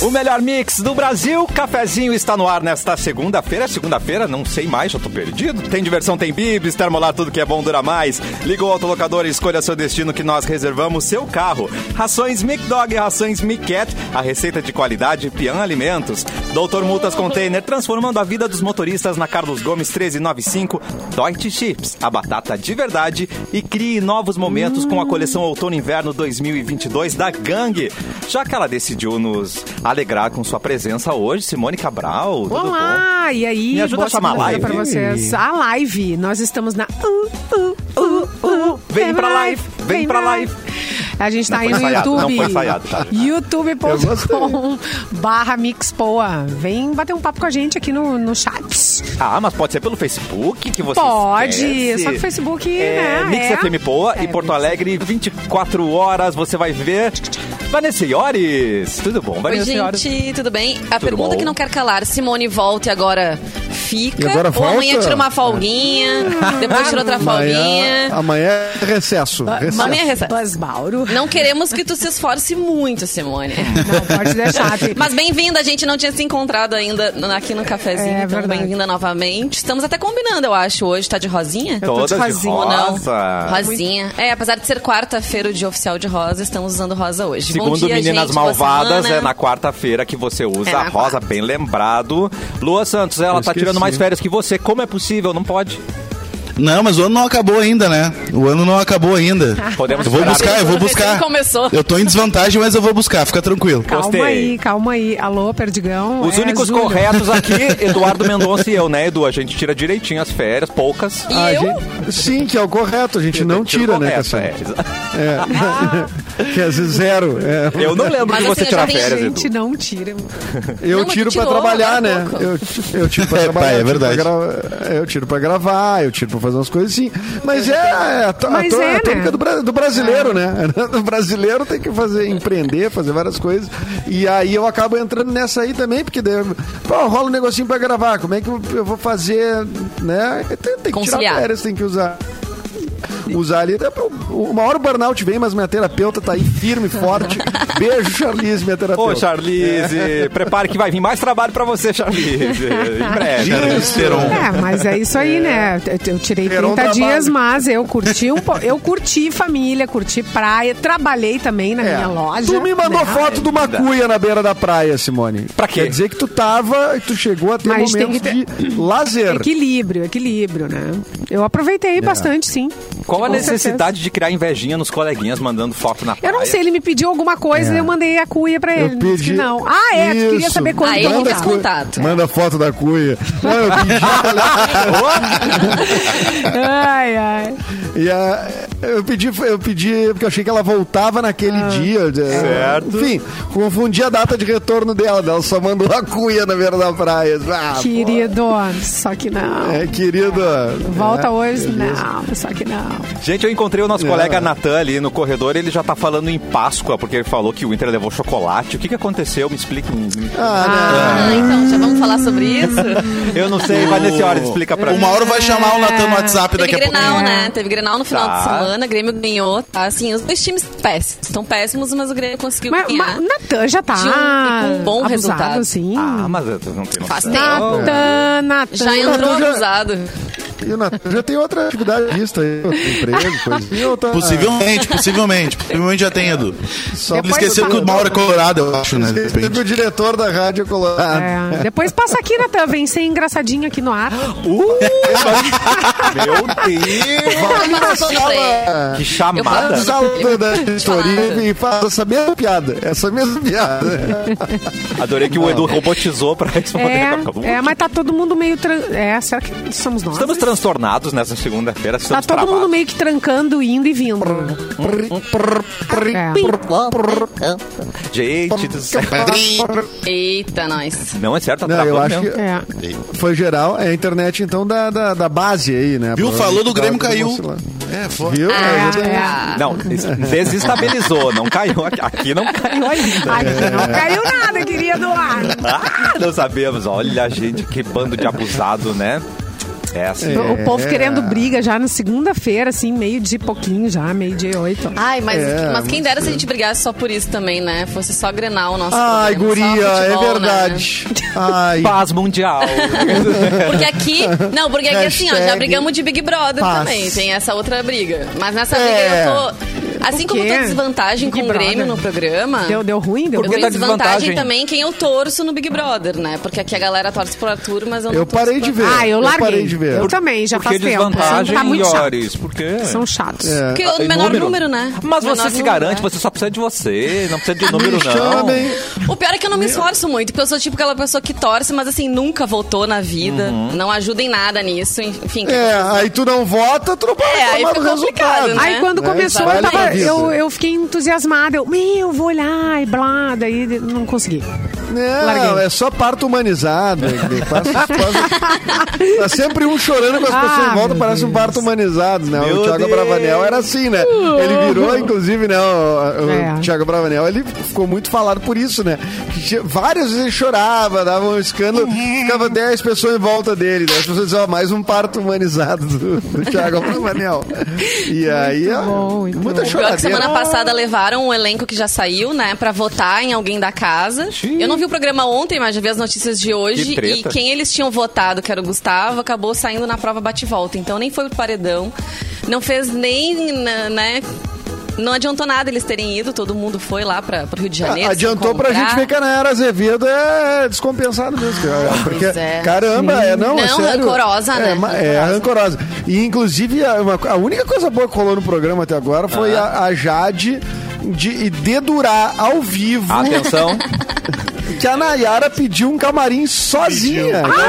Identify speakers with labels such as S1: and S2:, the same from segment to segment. S1: O melhor mix do Brasil, cafezinho está no ar nesta segunda-feira. É Segunda-feira, não sei mais, já tô perdido. Tem diversão, tem bibs, termolar, tudo que é bom dura mais. Liga o autolocador e escolha seu destino que nós reservamos seu carro. Rações Mic Dog, rações Mic Cat, a receita de qualidade Pian Alimentos. Doutor Multas Container, transformando a vida dos motoristas na Carlos Gomes 1395. Deutsche Chips, a batata de verdade. E crie novos momentos com a coleção Outono-Inverno 2022 da Gang. Já que ela decidiu nos alegrar com sua presença hoje, Simone Cabral. tudo bom?
S2: Olá, e aí?
S1: Me ajuda
S2: boa
S1: a chamar a
S2: segunda-feira
S1: live?
S2: Pra vocês. A live, nós estamos na... Uh, uh, uh, uh.
S1: Vem pra live, vem pra live.
S2: A gente tá
S1: Não
S2: aí
S1: foi
S2: no
S1: ensaiado,
S2: YouTube.
S1: não foi ensaiado, tá?
S3: Eu
S2: youtube.com
S3: gostei.
S2: barra mixpoa. Vem bater um papo com a gente aqui no, no chat.
S1: Ah, mas pode ser pelo Facebook que você
S2: Pode, só que o Facebook,
S1: é,
S2: né,
S1: Mix
S2: é.
S1: FM Poa e
S2: É,
S1: Porto
S2: Mix
S1: Alegre, 24 horas, você vai ver. Vanessa Iores, tudo bom?
S4: Oi,
S1: Vanessa Iores.
S4: gente, tudo bem? A pergunta
S1: bom?
S4: que não quer calar, Simone volta e agora fica?
S3: E agora
S4: ou
S3: volta?
S4: amanhã tira uma folguinha, depois tira outra
S3: Amanhã,
S4: folguinha.
S3: amanhã é recesso. recesso.
S4: Amanhã é recesso.
S2: Basbauro.
S4: Não queremos que tu se esforce muito, Simone.
S2: Não, pode deixar. tem-
S4: Mas bem-vinda, a gente não tinha se encontrado ainda no- aqui no cafezinho,
S2: É
S4: então
S2: verdade.
S4: bem-vinda novamente. Estamos até combinando, eu acho, hoje. Tá de rosinha?
S2: tô de
S1: Todas de
S2: rosinha.
S4: Ou não?
S1: rosa.
S4: Rosinha. É, apesar de ser quarta-feira o dia oficial de rosa, estamos usando rosa hoje. Bom
S1: Segundo
S4: dia,
S1: Meninas
S4: gente, boa
S1: Malvadas,
S4: semana.
S1: é na quarta-feira que você usa
S4: É
S1: a
S4: na
S1: rosa, bem lembrado. Lua Santos, ela
S3: Eu
S1: tá tirando
S3: esqueci.
S1: mais férias que você. Como é possível? Não pode.
S5: Não, mas o ano não acabou ainda, né? O ano não acabou ainda.
S1: Podemos
S5: Eu vou
S1: esperar.
S5: buscar, eu vou buscar.
S4: Recém Ah. começou.
S5: Eu tô em desvantagem, mas eu vou buscar, fica tranquilo.
S2: Calma
S1: Gostei.
S2: aí, calma aí. Alô, Perdigão.
S1: Os
S2: é
S1: únicos
S2: Júlio.
S1: corretos aqui, Eduardo Mendonça e eu, né, Edu? A gente tira direitinho as férias, poucas.
S4: E
S3: A
S4: eu?
S3: gente- sim, que é o correto, a gente não tira, né,
S1: Correto,
S3: Cassiano?
S1: é.
S3: É. Quer dizer, zero. é.
S1: Eu não lembro
S4: Mas
S1: de
S4: assim,
S1: você
S4: já
S1: tirar
S4: tem
S1: férias, Edu.
S2: Gente, não tira.
S3: Eu
S4: Não, mas
S3: tiro
S4: tu
S3: pra
S4: tirou
S3: trabalhar,
S4: agora há
S3: né?
S4: pouco.
S3: Eu, eu tiro pra
S5: É,
S3: trabalhar.
S5: pai, é
S3: eu tiro pra
S5: verdade.
S3: gra- Eu tiro pra gravar, eu tiro pra fazer umas coisas assim. Mas é, é a, to- a
S2: Mas
S3: to-
S2: é,
S3: a
S2: né?
S3: tônica do, bra- do
S4: É.
S3: brasileiro, né? O brasileiro tem que fazer, empreender, fazer várias coisas. E aí eu acabo entrando nessa aí também, porque daí, eu- pô, rola um negocinho pra gravar. Como é que eu, eu vou fazer, né? Tem, tem que tirar
S4: Conciliar.
S3: férias, tem que usar. Usar ali. um, Uma hora o burnout vem, mas minha terapeuta tá aí firme, forte. Beijo, Charlize, minha terapeuta.
S1: Ô, Charlize, prepare que vai vir mais trabalho pra você, Charlize. Em breve. né?
S5: Charlize Theron.
S2: É, mas é isso aí, né? Eu eu tirei
S3: Verão
S2: 30 dias,
S3: um trabalho.
S2: mas eu curti um po... Eu curti família, curti praia, trabalhei também na
S3: É.
S2: minha loja.
S3: Tu me mandou
S2: né?
S3: foto de uma
S1: Linda.
S3: cuia na beira da praia, Simone.
S1: Pra quê?
S3: Quer dizer que tu tava, tu chegou a ter
S2: Mas tem
S3: momentos
S2: que
S3: de lazer.
S2: Equilíbrio, equilíbrio, né? Eu aproveitei bastante, sim.
S1: Qual a
S2: Com certeza.
S1: necessidade Ah, é. de criar invejinha nos coleguinhas mandando foto na praia?
S2: Eu não sei, ele me pediu alguma coisa e eu mandei a cuia pra ele.
S3: Eu
S2: Ele disse que
S3: pedi-
S2: não. Ah, é, tu queria
S3: Isso.
S2: saber quando
S4: Ah,
S2: que eu
S4: ele
S2: vou
S4: quer
S2: dar.
S4: saber.
S2: tá?
S4: contato.
S3: Manda foto da cuia. Não, eu
S2: Ai, ai.
S3: pedi, e a- eu pedi, eu pedi, porque eu achei que ela voltava naquele
S2: Ah.
S3: dia.
S1: Certo.
S3: Enfim, confundi a data de retorno dela. Ela só mandou a cuia na beira da praia. Ah, pô.
S2: Querido, só que não.
S3: É, querido.
S2: Volta
S3: É,
S2: hoje?
S3: beleza.
S2: Não, só que não.
S1: Gente, eu encontrei o nosso
S3: É.
S1: colega Natan ali no corredor ele já tá falando em Páscoa, porque ele falou que o Inter levou chocolate. O que, que aconteceu? Me um- explica.
S3: Ah,
S4: Ah, então, já vamos falar sobre isso?
S1: Eu não sei, vai nesse hora, explica pra mim.
S5: Uma hora vai chamar o Natan no WhatsApp
S4: Teve
S5: daqui a pouco.
S4: Grenal, né? Teve Grenal no final
S1: Tá.
S4: de semana, o Grêmio ganhou, tá? Assim, os dois times péssimos. Estão péssimos, mas o Grêmio conseguiu
S2: Mas,
S4: ganhar.
S2: mas Natan já tá.
S4: De um- e com um bom
S2: abusado,
S4: resultado.
S2: Sim.
S1: Ah, mas eu não tenho
S4: Faz
S1: noção.
S4: tempo.
S2: Natan, Natan.
S4: Já entrou
S3: Natan já-
S4: abusado.
S3: e o Natan já tem outra atividade vista aí, outro emprego, coisa. E eu tá-
S5: Possivelmente, possivelmente. Possivelmente já tem, Edu.
S3: Só
S5: Ele esqueceu que o Mauro é colorado, eu acho, né? de
S3: Esqueceu que
S5: repente.
S3: o diretor da rádio Ah, colorado.
S2: É, Depois passa aqui, Natan. Vem ser engraçadinho aqui no ar.
S1: Uh, Meu Deus!
S3: Vai pra sala,
S1: Que chamada!
S4: Eu
S3: sala da história e faz essa mesma é piada. Essa mesma piada.
S1: Adorei que o Edu robotizou pra responder.
S2: É, é, mas tá todo mundo meio. Tran... É, será que somos nós?
S1: Estamos transtornados nessa segunda-feira.
S2: Tá
S1: estamos
S2: todo mundo
S1: travados.
S2: meio que trancando, indo e vindo. É.
S1: Gente do céu.
S4: Eita, nós.
S1: Não, é certo, tá
S3: Não, eu
S1: travando
S3: acho
S1: mesmo.
S3: que
S2: É.
S3: foi geral. É a internet, então, da, da, da base aí, né?
S5: Viu? Falou do Grêmio,
S3: Provavelmente
S5: caiu.
S3: tava tudo
S5: É,
S3: vacilando.
S5: foda.
S3: Viu?
S2: É, é.
S4: Ah,
S1: Não, des- desestabilizou, não caiu. aqui- Aqui não caiu ainda.
S2: Aqui não caiu nada, queria doar.
S1: Ah, não sabemos. Olha, gente, que bando de abusado, né? É assim.
S2: O- O povo querendo briga já na segunda-feira, assim, meio de pouquinho já, meio de oito.
S4: Ai, mas,
S3: É,
S4: mas quem dera se a gente brigasse só por isso também, né? Fosse só Grenal o nosso
S3: Ai,
S4: problema, só
S3: guria, é
S4: futebol,
S3: verdade. Ai,
S1: É. Paz mundial.
S4: Né? Porque aqui... Não, porque aqui assim, ó, já
S3: Hashtag
S4: brigamos de Big Brother
S3: paz.
S4: também. Tem essa outra briga. Mas nessa
S3: É.
S4: briga eu tô... Assim
S2: Por
S4: como eu
S2: quê?
S4: tô desvantagem
S2: Big
S4: com o Grêmio
S2: Brother.
S4: no programa...
S2: Deu, deu ruim? Deu
S1: Por
S4: Eu
S1: que
S2: ruim?
S1: tá desvantagem?
S4: tenho desvantagem também quem eu torço no Big Brother, né? Porque aqui a galera torce pro Arthur, mas eu não
S3: Eu
S4: torço
S3: parei
S4: pro
S3: de
S4: Arthur.
S3: ver.
S2: Ah, eu
S3: Eu
S2: larguei.
S3: parei de ver.
S2: Eu também, já
S1: Porque
S2: faz tempo.
S1: desvantagem,
S2: tá muito chato.
S1: Iores, por quê?
S2: São chatos.
S3: É.
S4: Porque o menor número, né?
S1: Mas
S4: Menor
S1: você se
S4: número,
S1: garante,
S4: né?
S1: você só precisa de você, não precisa de número,
S3: me
S1: não.
S3: chamem.
S4: O pior é que eu não me esforço muito, porque eu sou tipo aquela pessoa que torce, mas assim, nunca votou na vida.
S1: Uhum.
S4: Não ajuda em nada nisso, enfim.
S3: É, aí tu não vota, tu não pode
S4: É, aí
S3: reclamar do
S4: fica complicado,
S3: resultado.
S4: né?
S2: Aí quando
S3: É,
S2: começou,
S3: vale
S2: eu, tava-
S3: pra vida.
S2: eu, eu fiquei entusiasmada. Eu, meu, vou olhar e blá, daí não consegui.
S3: Não,
S2: Larguei.
S3: é só parto humanizado. né? Passa- passa- tá sempre um chorando com as
S2: Ah,
S3: pessoas em volta,
S2: meu
S3: parece um parto humanizado, né?
S1: Meu
S3: o Thiago
S1: Deus.
S3: Bravanel era assim, né? Ele virou, inclusive, né? O, o
S2: Uh. É.
S3: Thiago Bravanel, ele ficou muito falado por isso, né? Que tinha- várias vezes ele chorava, dava um escândalo,
S2: Uhum.
S3: ficava 10 pessoas em volta dele, né? As pessoas diziam, ó, mais um parto humanizado do, do Thiago Bravanel. E aí, ó,
S2: bom, muito
S3: muita
S2: bom.
S4: Pior que
S3: choradeira.
S4: semana passada levaram um elenco que já saiu, né, pra votar em alguém da casa. Eu não vi o programa ontem, mas já vi as notícias de
S1: Que
S4: hoje.
S1: treta.
S4: e quem eles tinham votado, que era o Gustavo, acabou saindo na prova bate-volta. Então nem foi pro paredão. Não fez nem, na- né. Não adiantou nada eles terem ido, todo mundo foi lá pra, pro Rio de Janeiro. se
S3: Ah, Adiantou pra
S4: encontrar.
S3: gente ver que a Nayara Azevedo é descompensado mesmo. Cara, porque,
S4: é.
S3: caramba, é, não, é
S4: Não,
S3: sério.
S4: rancorosa,
S3: é,
S4: né?
S3: ma- É, rancorosa. E, inclusive, a, uma- a única coisa boa que rolou no programa até agora foi a, a Jade de, e dedurar ao vivo
S1: Ah, Atenção. é
S3: que a Nayara pediu um camarim sozinha. Que ela- que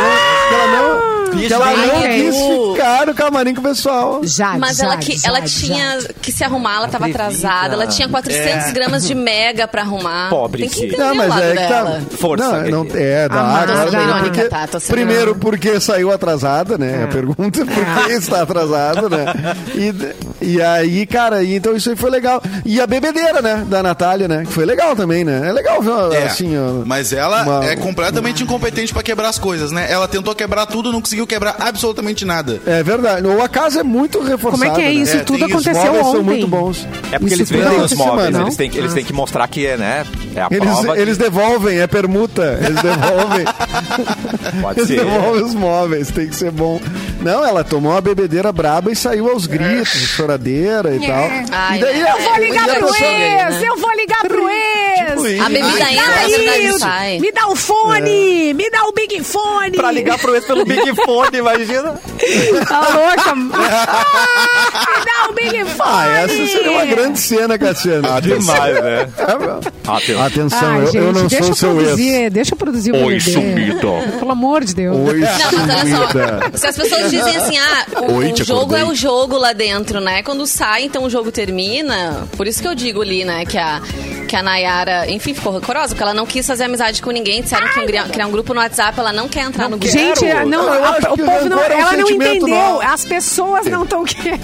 S3: ela não, que ela não
S4: Ai,
S3: quis
S4: eu-
S3: ficar no camarim com o pessoal.
S2: Já,
S4: Mas
S2: Ah, já,
S4: ela, que,
S2: já,
S4: ela
S2: já.
S4: tinha que se arrumar, ela tava
S1: Atrevida.
S4: atrasada, ela tinha 400 gramas de mega pra arrumar.
S1: Pobre
S4: Tem que
S1: Cida.
S4: entender o lado
S3: é
S4: dela.
S1: Força,
S3: tá- Não, não,
S1: guerreiro.
S3: é, dá.
S2: Amada,
S3: claro,
S2: Verônica,
S3: porque-
S4: tá, tô assinando.
S3: primeiro, porque saiu atrasada, né?
S2: É.
S3: A pergunta, por que está atrasada, né? E, e aí, cara, e então isso aí foi legal. E a bebedeira, né? Da Natália, né? Que foi legal também, né? É legal ver, uma-
S5: É,
S3: assim, ó.
S5: mas ela
S3: uma-
S5: é completamente incompetente pra quebrar as coisas, né? Ela tentou quebrar tudo, não conseguiu quebrar absolutamente nada.
S3: É verdade. Ou a casa é muito reforçada.
S2: Como é que é isso?
S3: Né?
S5: É,
S2: tudo
S5: tem os
S3: Os
S2: aconteceu
S3: móveis
S2: ontem.
S3: são muito bons.
S1: É porque
S2: Isso
S1: eles
S2: foi
S1: vendem
S2: essa
S1: os móveis,
S2: semana,
S1: eles têm, que- eles têm que mostrar que é, né? É a
S3: Eles,
S1: prova. que-
S3: eles devolvem, é permuta. Eles devolvem.
S1: Pode
S3: Eles
S1: ser.
S3: devolvem os móveis, tem que ser bom. Não, ela tomou uma bebedeira braba e saiu
S2: É.
S3: aos gritos, choradeira e tal.
S4: Ai,
S3: e daí
S4: né?
S3: a-
S2: Eu vou ligar né?
S3: e a
S2: pro
S3: pessoa-
S2: ex, eu vou ligar pro ex.
S3: né? Tipo isso.
S4: A bebida
S2: Ai,
S4: entra,
S2: tá
S4: a
S2: aí,
S4: verdade sai.
S2: Me dá o
S3: É.
S2: fone, me dá o big fone.
S1: Pra ligar pro ex pelo Big Fone, imagina.
S2: Tá louca? Ah, me dá o big fone.
S3: Ah, essa seria uma grande cena, Cassiano.
S4: Ah,
S1: demais, né?
S3: Tá bom.
S1: Atenção.
S3: Atenção,
S2: Ai,
S3: eu,
S2: gente,
S3: eu não
S2: deixa
S3: sou
S2: eu
S3: seu
S2: produzir,
S3: ex.
S2: deixa eu produzir o
S1: Oi,
S2: BBB.
S1: sumida.
S2: Pelo amor de Deus.
S3: Oi,
S4: Não, mas olha
S3: sumida.
S4: só, se as pessoas dizem assim, ah, o,
S5: Oi,
S4: o
S5: te
S4: jogo é
S5: acordei.
S4: o jogo lá dentro, né? Quando sai, então o jogo termina. Por isso que eu digo ali, né, que a, que a Nayara, enfim, ficou rancorosa, porque ela não quis fazer amizade com ninguém, disseram que iam criar, criar um grupo no WhatsApp, ela não quer entrar no grupo.
S2: Gente,
S3: Quero.
S2: não,
S3: Eu
S2: a-
S3: acho
S2: o
S3: que o
S2: povo não,
S3: rancor é um
S2: ela não
S3: sentimento
S2: entendeu.
S3: nosso.
S2: As pessoas não estão querendo.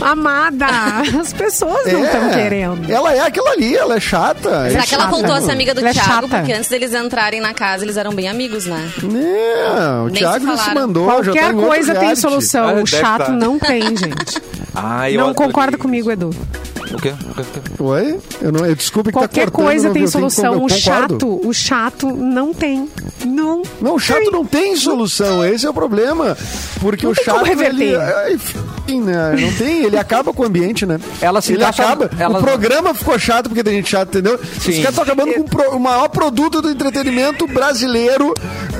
S2: Amada, as pessoas não estão
S3: É,
S2: querendo.
S3: Ela é aquilo ali, ela é chata. é
S4: Será que ela
S2: chata.
S4: voltou a ser amiga do
S2: Ela é
S4: Thiago?
S2: chata.
S4: Porque antes deles entrarem na casa, eles eram bem amigos, né?
S3: Não, o
S4: Nem
S3: Thiago
S4: se
S3: já se
S4: falaram.
S3: mandou. já tá
S2: Qualquer
S3: em outro
S2: coisa tem
S3: reality.
S2: solução.
S1: Ah,
S2: o
S1: deve
S2: chato
S1: tá.
S2: não tem, gente.
S1: Ai, eu
S2: não
S1: adorei.
S2: concorda comigo, Edu.
S3: Tá
S1: O quê? O quê? O quê?
S3: Oi? Eu não, eu, desculpe que
S2: Qualquer
S3: tá cortando.
S2: coisa
S3: não
S2: tem
S3: vi, eu tenho que-
S2: solução.
S3: eu
S2: O
S3: concordo.
S2: chato, o chato não tem. Não.
S3: Não, o chato não tem solução, esse é o problema. Porque
S2: Não
S3: o
S2: tem como
S3: chato, ele, é,
S2: reverter.
S3: enfim, né, não tem, ele acaba com o ambiente, né?
S1: Ela se
S3: ele
S1: encaixa-
S3: acaba,
S1: ela-
S3: o programa ficou chato porque tem gente chata, entendeu? Os
S1: Sim.
S3: caras estão acabando com o pro- o maior produto do entretenimento brasileiro,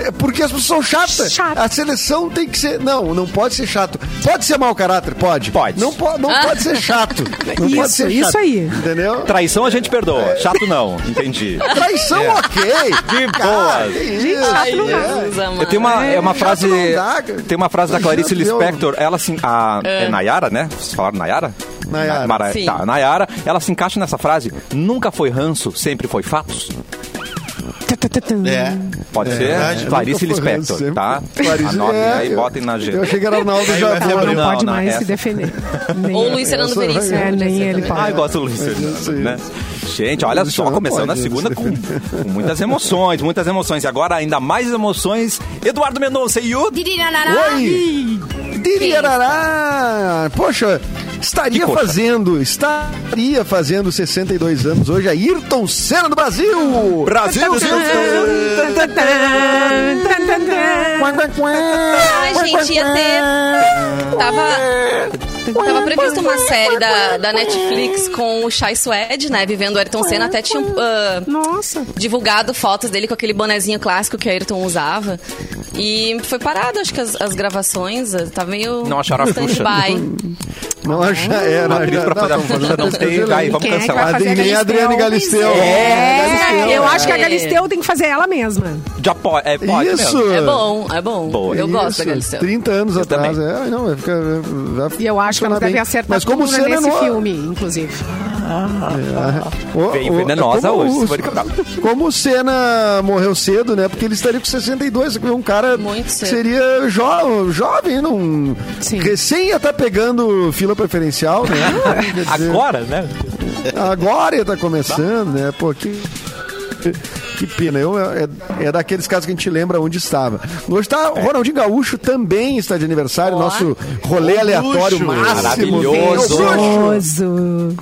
S3: é, porque as pessoas são chatas.
S2: Chato.
S3: A seleção tem que ser, não, não pode ser chato. Pode ser mau caráter, pode.
S1: Pode.
S3: Não, po- não pode ser chato. Não pode
S2: Ah. Isso,
S3: ser
S2: isso
S3: chato,
S2: aí.
S3: Entendeu?
S1: Traição a gente perdoa. Chato não, entendi.
S3: Traição, ok.
S1: De
S3: Ah, Cara,
S1: boa.
S3: que
S2: Tá. É. Gente,
S3: isso,
S2: chato não
S3: é.
S2: dá.
S4: Jesus amado.
S1: Eu tenho uma, é uma
S3: chato
S1: frase.
S3: não dá, cara.
S1: Tem uma frase da Clarice
S3: Meu Deus.
S1: Lispector. Ela se. A, é. Nayara, né? Vocês falaram Nayara? é,
S3: Nayara.
S1: Na- Mara-
S4: Sim.
S1: Tá, Nayara, ela se encaixa nessa frase. Nunca foi ranço, sempre foi fatos.
S5: É.
S1: Pode
S5: É
S1: ser?
S5: verdade.
S1: Clarice
S3: Nunca foi,
S1: Lispector,
S3: sempre.
S1: tá?
S3: Clarice-
S1: Anotem
S3: é,
S1: aí,
S3: eu-
S1: botem na agenda.
S3: Eu achei que era Arnaldo
S5: Aí vai
S3: Jabor.
S5: abrir
S2: Não,
S5: Não,
S2: pode
S1: não, é
S2: mais
S1: essa-
S2: se defender. Nem
S4: Ou
S2: eu.
S4: Luiz Fernando
S3: sou-
S4: Veríssimo.
S2: É,
S4: podia
S2: nem
S4: ser
S2: ele
S4: também.
S2: pode.
S1: Ah, eu gosto do Luiz
S3: isso aí.
S1: Fernando, né? Gente, olha
S3: Luiz
S1: só,
S3: Fernando
S1: começando
S3: pode,
S1: a segunda
S3: isso.
S1: com, com muitas emoções, muitas emoções. E agora ainda mais emoções. Eduardo Mendonça e o...
S3: Oi! Diriarará! Poxa, estaria
S1: Que coxa?
S3: fazendo, estaria fazendo 62 anos hoje a Ayrton Senna do Brasil!
S1: Brasil!
S4: Ai, gente, ia ter. Tava, tava previsto uma série da, da Netflix com o Chai Suede, né? Vivendo o Ayrton Senna. Até tinha ah,
S2: Nossa.
S4: divulgado fotos dele com aquele bonezinho clássico que o Ayrton usava. E foi parado, acho que as, as gravações. ah, Tá meio.
S1: Não acharam a Xuxa.
S4: stand-by.
S3: Não acha, é, não,
S1: Atriz
S3: já-
S1: pra
S3: não,
S1: fazer a
S3: tão fazendo
S1: Xuxa não
S3: atriz pra
S1: tem.
S3: fazer
S1: Aí,
S3: ela.
S1: vamos
S2: Quem é que vai
S1: cancelar.
S2: fazer?
S3: Ah, nem a Adriane Galisteu.
S2: É, eu acho que a
S4: É.
S2: Galisteu tem que fazer ela mesma.
S1: Já pode, é, pode
S3: Isso!
S1: mesmo.
S4: É bom, é bom.
S1: Boa.
S4: Eu gosto da
S3: Isso,
S4: Galisteu.
S3: 30 anos
S1: Eu
S3: atrás,
S1: também.
S3: é, não, vai ficar, vai- vai
S2: E eu acho que
S3: funcionar
S2: elas devem
S3: bem.
S2: acertar
S3: Mas como
S2: tudo
S3: Senna
S2: nesse
S3: não- é-
S2: filme, inclusive.
S3: O-
S1: Bem
S3: o-
S1: venenosa
S3: é como
S1: hoje,
S3: o-
S1: se for tá. encarar.
S3: Como o Senna morreu cedo, né? Porque ele estaria com 62. Um cara
S4: Muito
S3: que
S4: cedo.
S3: seria jo- jovem, não.
S2: Sim.
S3: Recém ia estar pegando fila preferencial, né? Quer dizer,
S1: Agora, né?
S3: agora ia estar começando, né? Pô, que. Que pena, eu, é, é daqueles casos que a gente lembra onde estava. Hoje está
S1: É.
S3: Ronaldinho Gaúcho também está de aniversário,
S4: Ó.
S3: nosso rolê aleatório
S5: luxo.
S3: máximo.
S1: Maravilhoso.
S3: Ô, bruxo!
S2: Maravilhoso.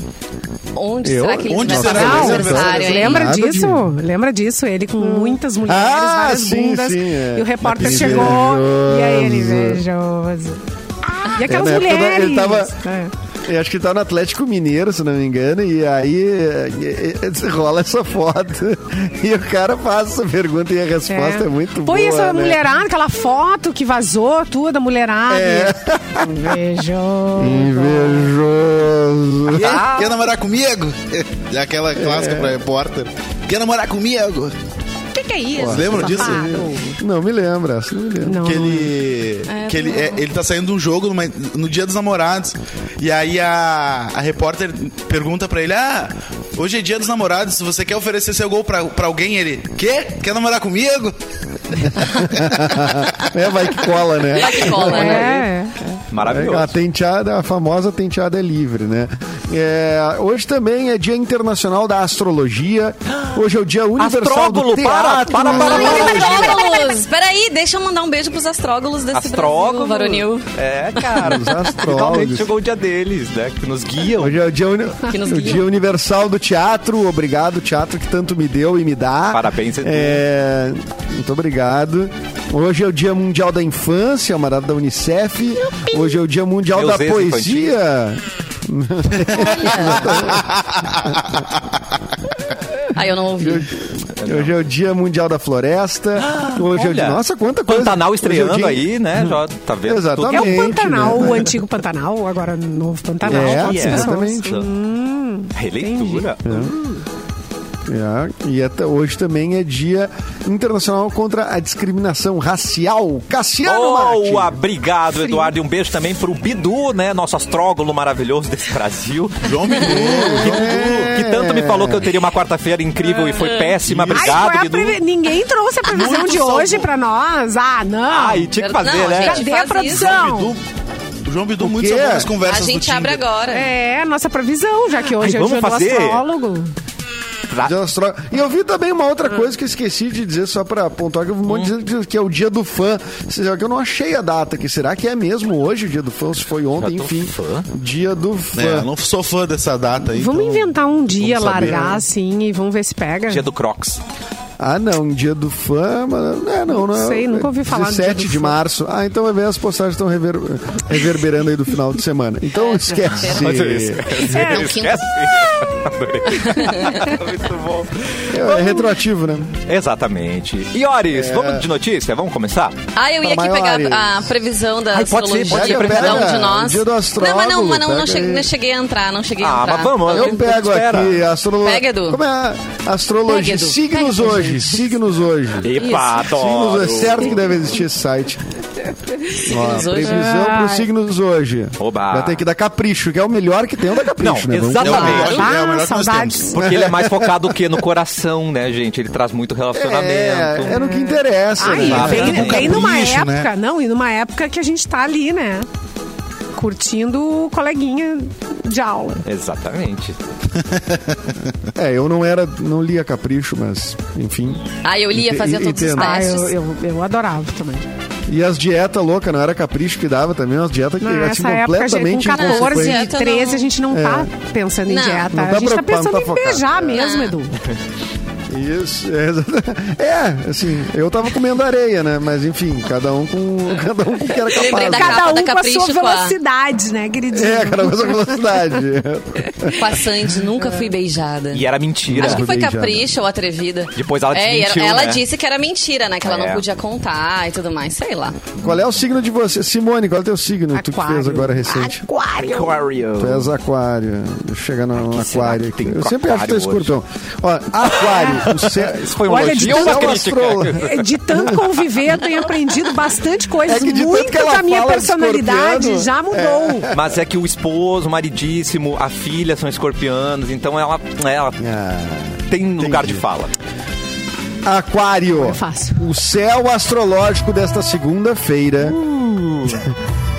S4: Onde
S3: Eu-
S4: será que ele
S5: onde
S4: vai
S5: será
S4: fazer
S5: que
S4: o
S5: ele vai
S4: aniversário,
S5: fazer?
S4: hein?
S2: Lembra
S3: Nada
S2: disso?
S3: de-
S2: Lembra disso? Ele com muitas mulheres,
S3: Ah,
S2: várias
S3: sim,
S2: bundas.
S3: sim, é.
S2: E o repórter
S3: Que
S2: chegou e aí ele
S3: invejoso.
S2: invejoso. E aquelas
S3: É, na época da-
S2: mulheres.
S3: ele tava-
S2: É.
S3: Eu acho que tá no Atlético Mineiro, se não me engano, e aí é, é, é, rola essa foto. E o cara faz essa pergunta e a resposta é, muito
S2: Põe
S3: boa.
S2: essa
S3: né?
S2: mulherada, aquela foto que vazou, tudo, a mulherada. Invejoso.
S3: Invejoso.
S5: Quer, quer namorar comigo? É Aquela clássica pra repórter. Quer namorar comigo?
S4: O que, que é isso?
S5: Lembram disso?
S3: Não me lembra, essa não me lembra.
S2: Não.
S5: Que ele. que ele, é, ele tá saindo de um jogo numa- no dia dos namorados. E aí a, a repórter pergunta pra ele: Ah, hoje é dia dos namorados, se você quer oferecer seu gol pra, pra alguém, ele. Quê? Quer namorar comigo?
S3: É, vai que cola, né?
S4: Vai que cola, né?
S2: É.
S3: A
S1: Maravilhoso.
S3: tenteada, a famosa tenteada é livre, né? É, hoje também é Dia Internacional da Astrologia. Hoje é o Dia Universal
S1: Astrólogo,
S3: do Teatro.
S1: para, para, para, para, para.
S4: Astrógolos! Peraí, deixa eu mandar um beijo pros astrógolos desse Brasil,
S1: Astrólogo.
S4: varonil.
S1: É, cara.
S3: Os astrólogos.
S1: Finalmente chegou o dia deles, né? Que nos guiam.
S3: Hoje é o dia, uni-
S4: Que nos
S3: o
S4: guia.
S3: dia Universal do Teatro. Obrigado, teatro que tanto me deu e me dá.
S1: Parabéns, Edu.
S3: É, Muito obrigado. Hoje é o Dia Mundial da Infância, é uma data da Unicef. Hoje é o Dia Mundial
S1: Meus
S3: da
S1: ex
S3: Poesia.
S4: Aí eu não ouvi.
S3: Hoje é o Dia Mundial da Floresta. Hoje é o dia...
S1: Ah, Olha,
S3: Nossa, quanta coisa.
S1: Pantanal
S3: Hoje é o dia-
S1: estreando aí, né? Já tá vendo? tudo.
S3: Exatamente.
S2: É o
S3: Gente,
S2: Pantanal,
S3: né?
S2: o antigo Pantanal, agora o novo Pantanal.
S3: É,
S2: todas as
S1: é,
S2: pessoas.
S3: exatamente.
S1: Releitura.
S3: É, e até hoje também é Dia Internacional contra a Discriminação Racial. Cassiano Martins.
S1: Boa, obrigado, Eduardo. E um beijo também pro Bidu, né? Nosso astrólogo maravilhoso desse Brasil.
S5: João Bidu.
S3: É.
S1: Que tanto me falou que eu teria uma quarta-feira incrível e foi péssima.
S2: Ai, qual é
S1: Obrigado,
S2: a
S1: Bidu.
S2: previ- Ninguém trouxe a previsão
S5: Muito
S2: de
S5: salvo.
S2: hoje pra nós. Ah, não.
S1: Ai, tinha que fazer,
S4: Não,
S1: né?
S4: gente.
S2: Cadê
S4: faz
S2: a
S4: isso.
S5: João
S2: produção?
S5: Bidu. o João Bidu, muito
S3: quê?
S5: sabor nas
S4: A
S5: conversas do
S4: gente
S5: Tinder.
S4: abre agora.
S2: É, a nossa previsão, já que hoje
S1: Ai,
S2: é o
S1: vamos
S2: dia
S1: fazer?
S2: do astrólogo.
S3: De astro- é E eu vi também uma outra coisa que eu esqueci de dizer, só pra pontuar, que eu vi um monte dizendo que- que é o dia do fã. Será que eu não achei a data aqui? Será que é mesmo hoje o dia do fã? Ou se foi ontem,
S1: do
S3: enfim.
S1: fã?
S3: Dia do fã.
S5: É, eu não sou fã dessa data aí.
S2: vamos
S5: então-
S2: inventar um dia,
S5: vamos saber,
S2: largar
S5: né?
S2: assim e vamos ver se pega.
S1: Dia do Crocs.
S3: Ah, não, dia do fã, mas é, não, não.
S2: Sei, nunca ouvi falar do
S3: 17
S2: dia do
S3: de
S2: fã.
S3: março. Ah, então vai ver as postagens estão rever... reverberando aí do final de semana. Então esquece.
S1: Mas é isso.
S2: É, o
S1: Esquece. Adorei. Muito bom.
S3: É, é retroativo, né?
S1: Exatamente. E
S3: É.
S1: Oris, vamos de notícia? Vamos começar?
S4: Ah, eu ia aqui
S3: Maiores.
S4: pegar a previsão da
S1: Ai, pode ser,
S4: astrologia
S1: pode ser,
S4: pra cada um
S3: pega.
S4: de nós.
S3: Dia do
S4: não, mas não, mas não,
S3: astrólogo,
S4: não, cheguei,
S3: pega aí.
S4: não cheguei a entrar, não cheguei a
S1: Ah,
S4: entrar.
S1: mas vamos.
S3: Eu pego
S1: Espera.
S3: aqui astrologia.
S4: Pega, Edu.
S3: Como é a astrologia?
S4: Pega, Edu.
S3: Signos
S4: Pega,
S3: hoje, signos hoje.
S1: Epa,
S3: Signos,
S1: adoro.
S3: é certo que deve existir esse site. Ó,
S4: Signos hoje.
S3: previsão
S2: Ai.
S3: pros signos hoje.
S1: Oba.
S3: Vai ter que dar capricho, que é o melhor que tem, é o da capricho,
S1: Não,
S3: né? Vamos-
S1: exatamente.
S5: É o melhor,
S2: Ah,
S5: é o melhor que nós
S2: saudades.
S5: temos.
S1: Porque ele é mais focado o quê? No coração, né, gente? Ele traz muito relacionamento.
S3: É, é no que interessa.
S2: Ai,
S1: Claro,
S2: bem,
S1: né?
S2: bem numa
S5: Capricho, né?
S2: época, não, e numa época que a gente tá ali, né? Curtindo o coleguinha de aula.
S1: Exatamente.
S3: É, eu não era, não lia Capricho, mas enfim.
S4: Ah, eu lia,
S3: Ente-
S4: fazia todos os
S3: entendo.
S2: Ah,
S4: testes.
S2: eu, eu, eu adorava também.
S3: E as dietas loucas, não era Capricho que dava também, umas dietas que
S2: Não,
S3: assim,
S2: Nessa época, a gente, com
S3: completamente
S2: 14 e
S3: inconsequentes.
S4: inconsequente.
S2: 13, a gente não tá pensando em
S4: Não.
S2: dieta.
S3: Não tá
S2: a gente tá
S3: preocupado,
S2: pensando
S3: não tá
S2: em
S3: focado.
S2: beijar mesmo, Edu.
S3: Isso, é, exata- é, assim, eu tava comendo areia, né? Mas enfim, cada um com cada um com o que era
S4: Eu lembrei
S3: capaz.
S4: da
S2: Cada
S4: capa
S2: um com a
S4: Capricho
S2: sua
S4: com a-
S2: velocidade, né, queridinho?
S3: É, cada um com a sua velocidade.
S4: Com a Sandy, nunca fui beijada.
S1: E era mentira.
S4: Acho que foi
S3: Beijada.
S4: capricha ou atrevida.
S1: Depois ela
S4: é, e
S1: desmentiu,
S4: ela
S1: né?
S4: disse que era mentira, né? Que ela
S1: É.
S4: não podia contar e tudo mais. Sei lá.
S3: Qual é o signo de você? Simone, qual é o teu signo? Tu que fez
S2: Aquário.
S3: agora recente. Tu
S1: Aquário.
S3: és aquário. Deixa eu chegar no
S1: que será
S3: aquário
S1: que
S3: aqui.
S1: tem
S3: Eu
S1: com
S3: sempre acho que tu é
S1: aquário hoje?
S3: escorpião. Ó, aquário. o céu-
S1: Isso foi um
S2: Olha, de
S1: elogio ou
S2: tanto-
S1: uma crítica?
S3: Astro-
S2: É, De tanto conviver, eu tenho aprendido bastante coisa.
S3: É que de tanto
S2: Muito
S3: que ela
S2: da minha
S3: fala de
S2: personalidade
S3: escorpiano,
S2: já mudou.
S1: Mas é que o esposo, o maridíssimo, a filha são escorpianos, então ela, ela
S3: Ah,
S1: tem lugar de
S3: entendi.
S1: fala.
S3: aquário.
S2: fácil.
S3: O céu astrológico desta segunda-feira
S1: Uh.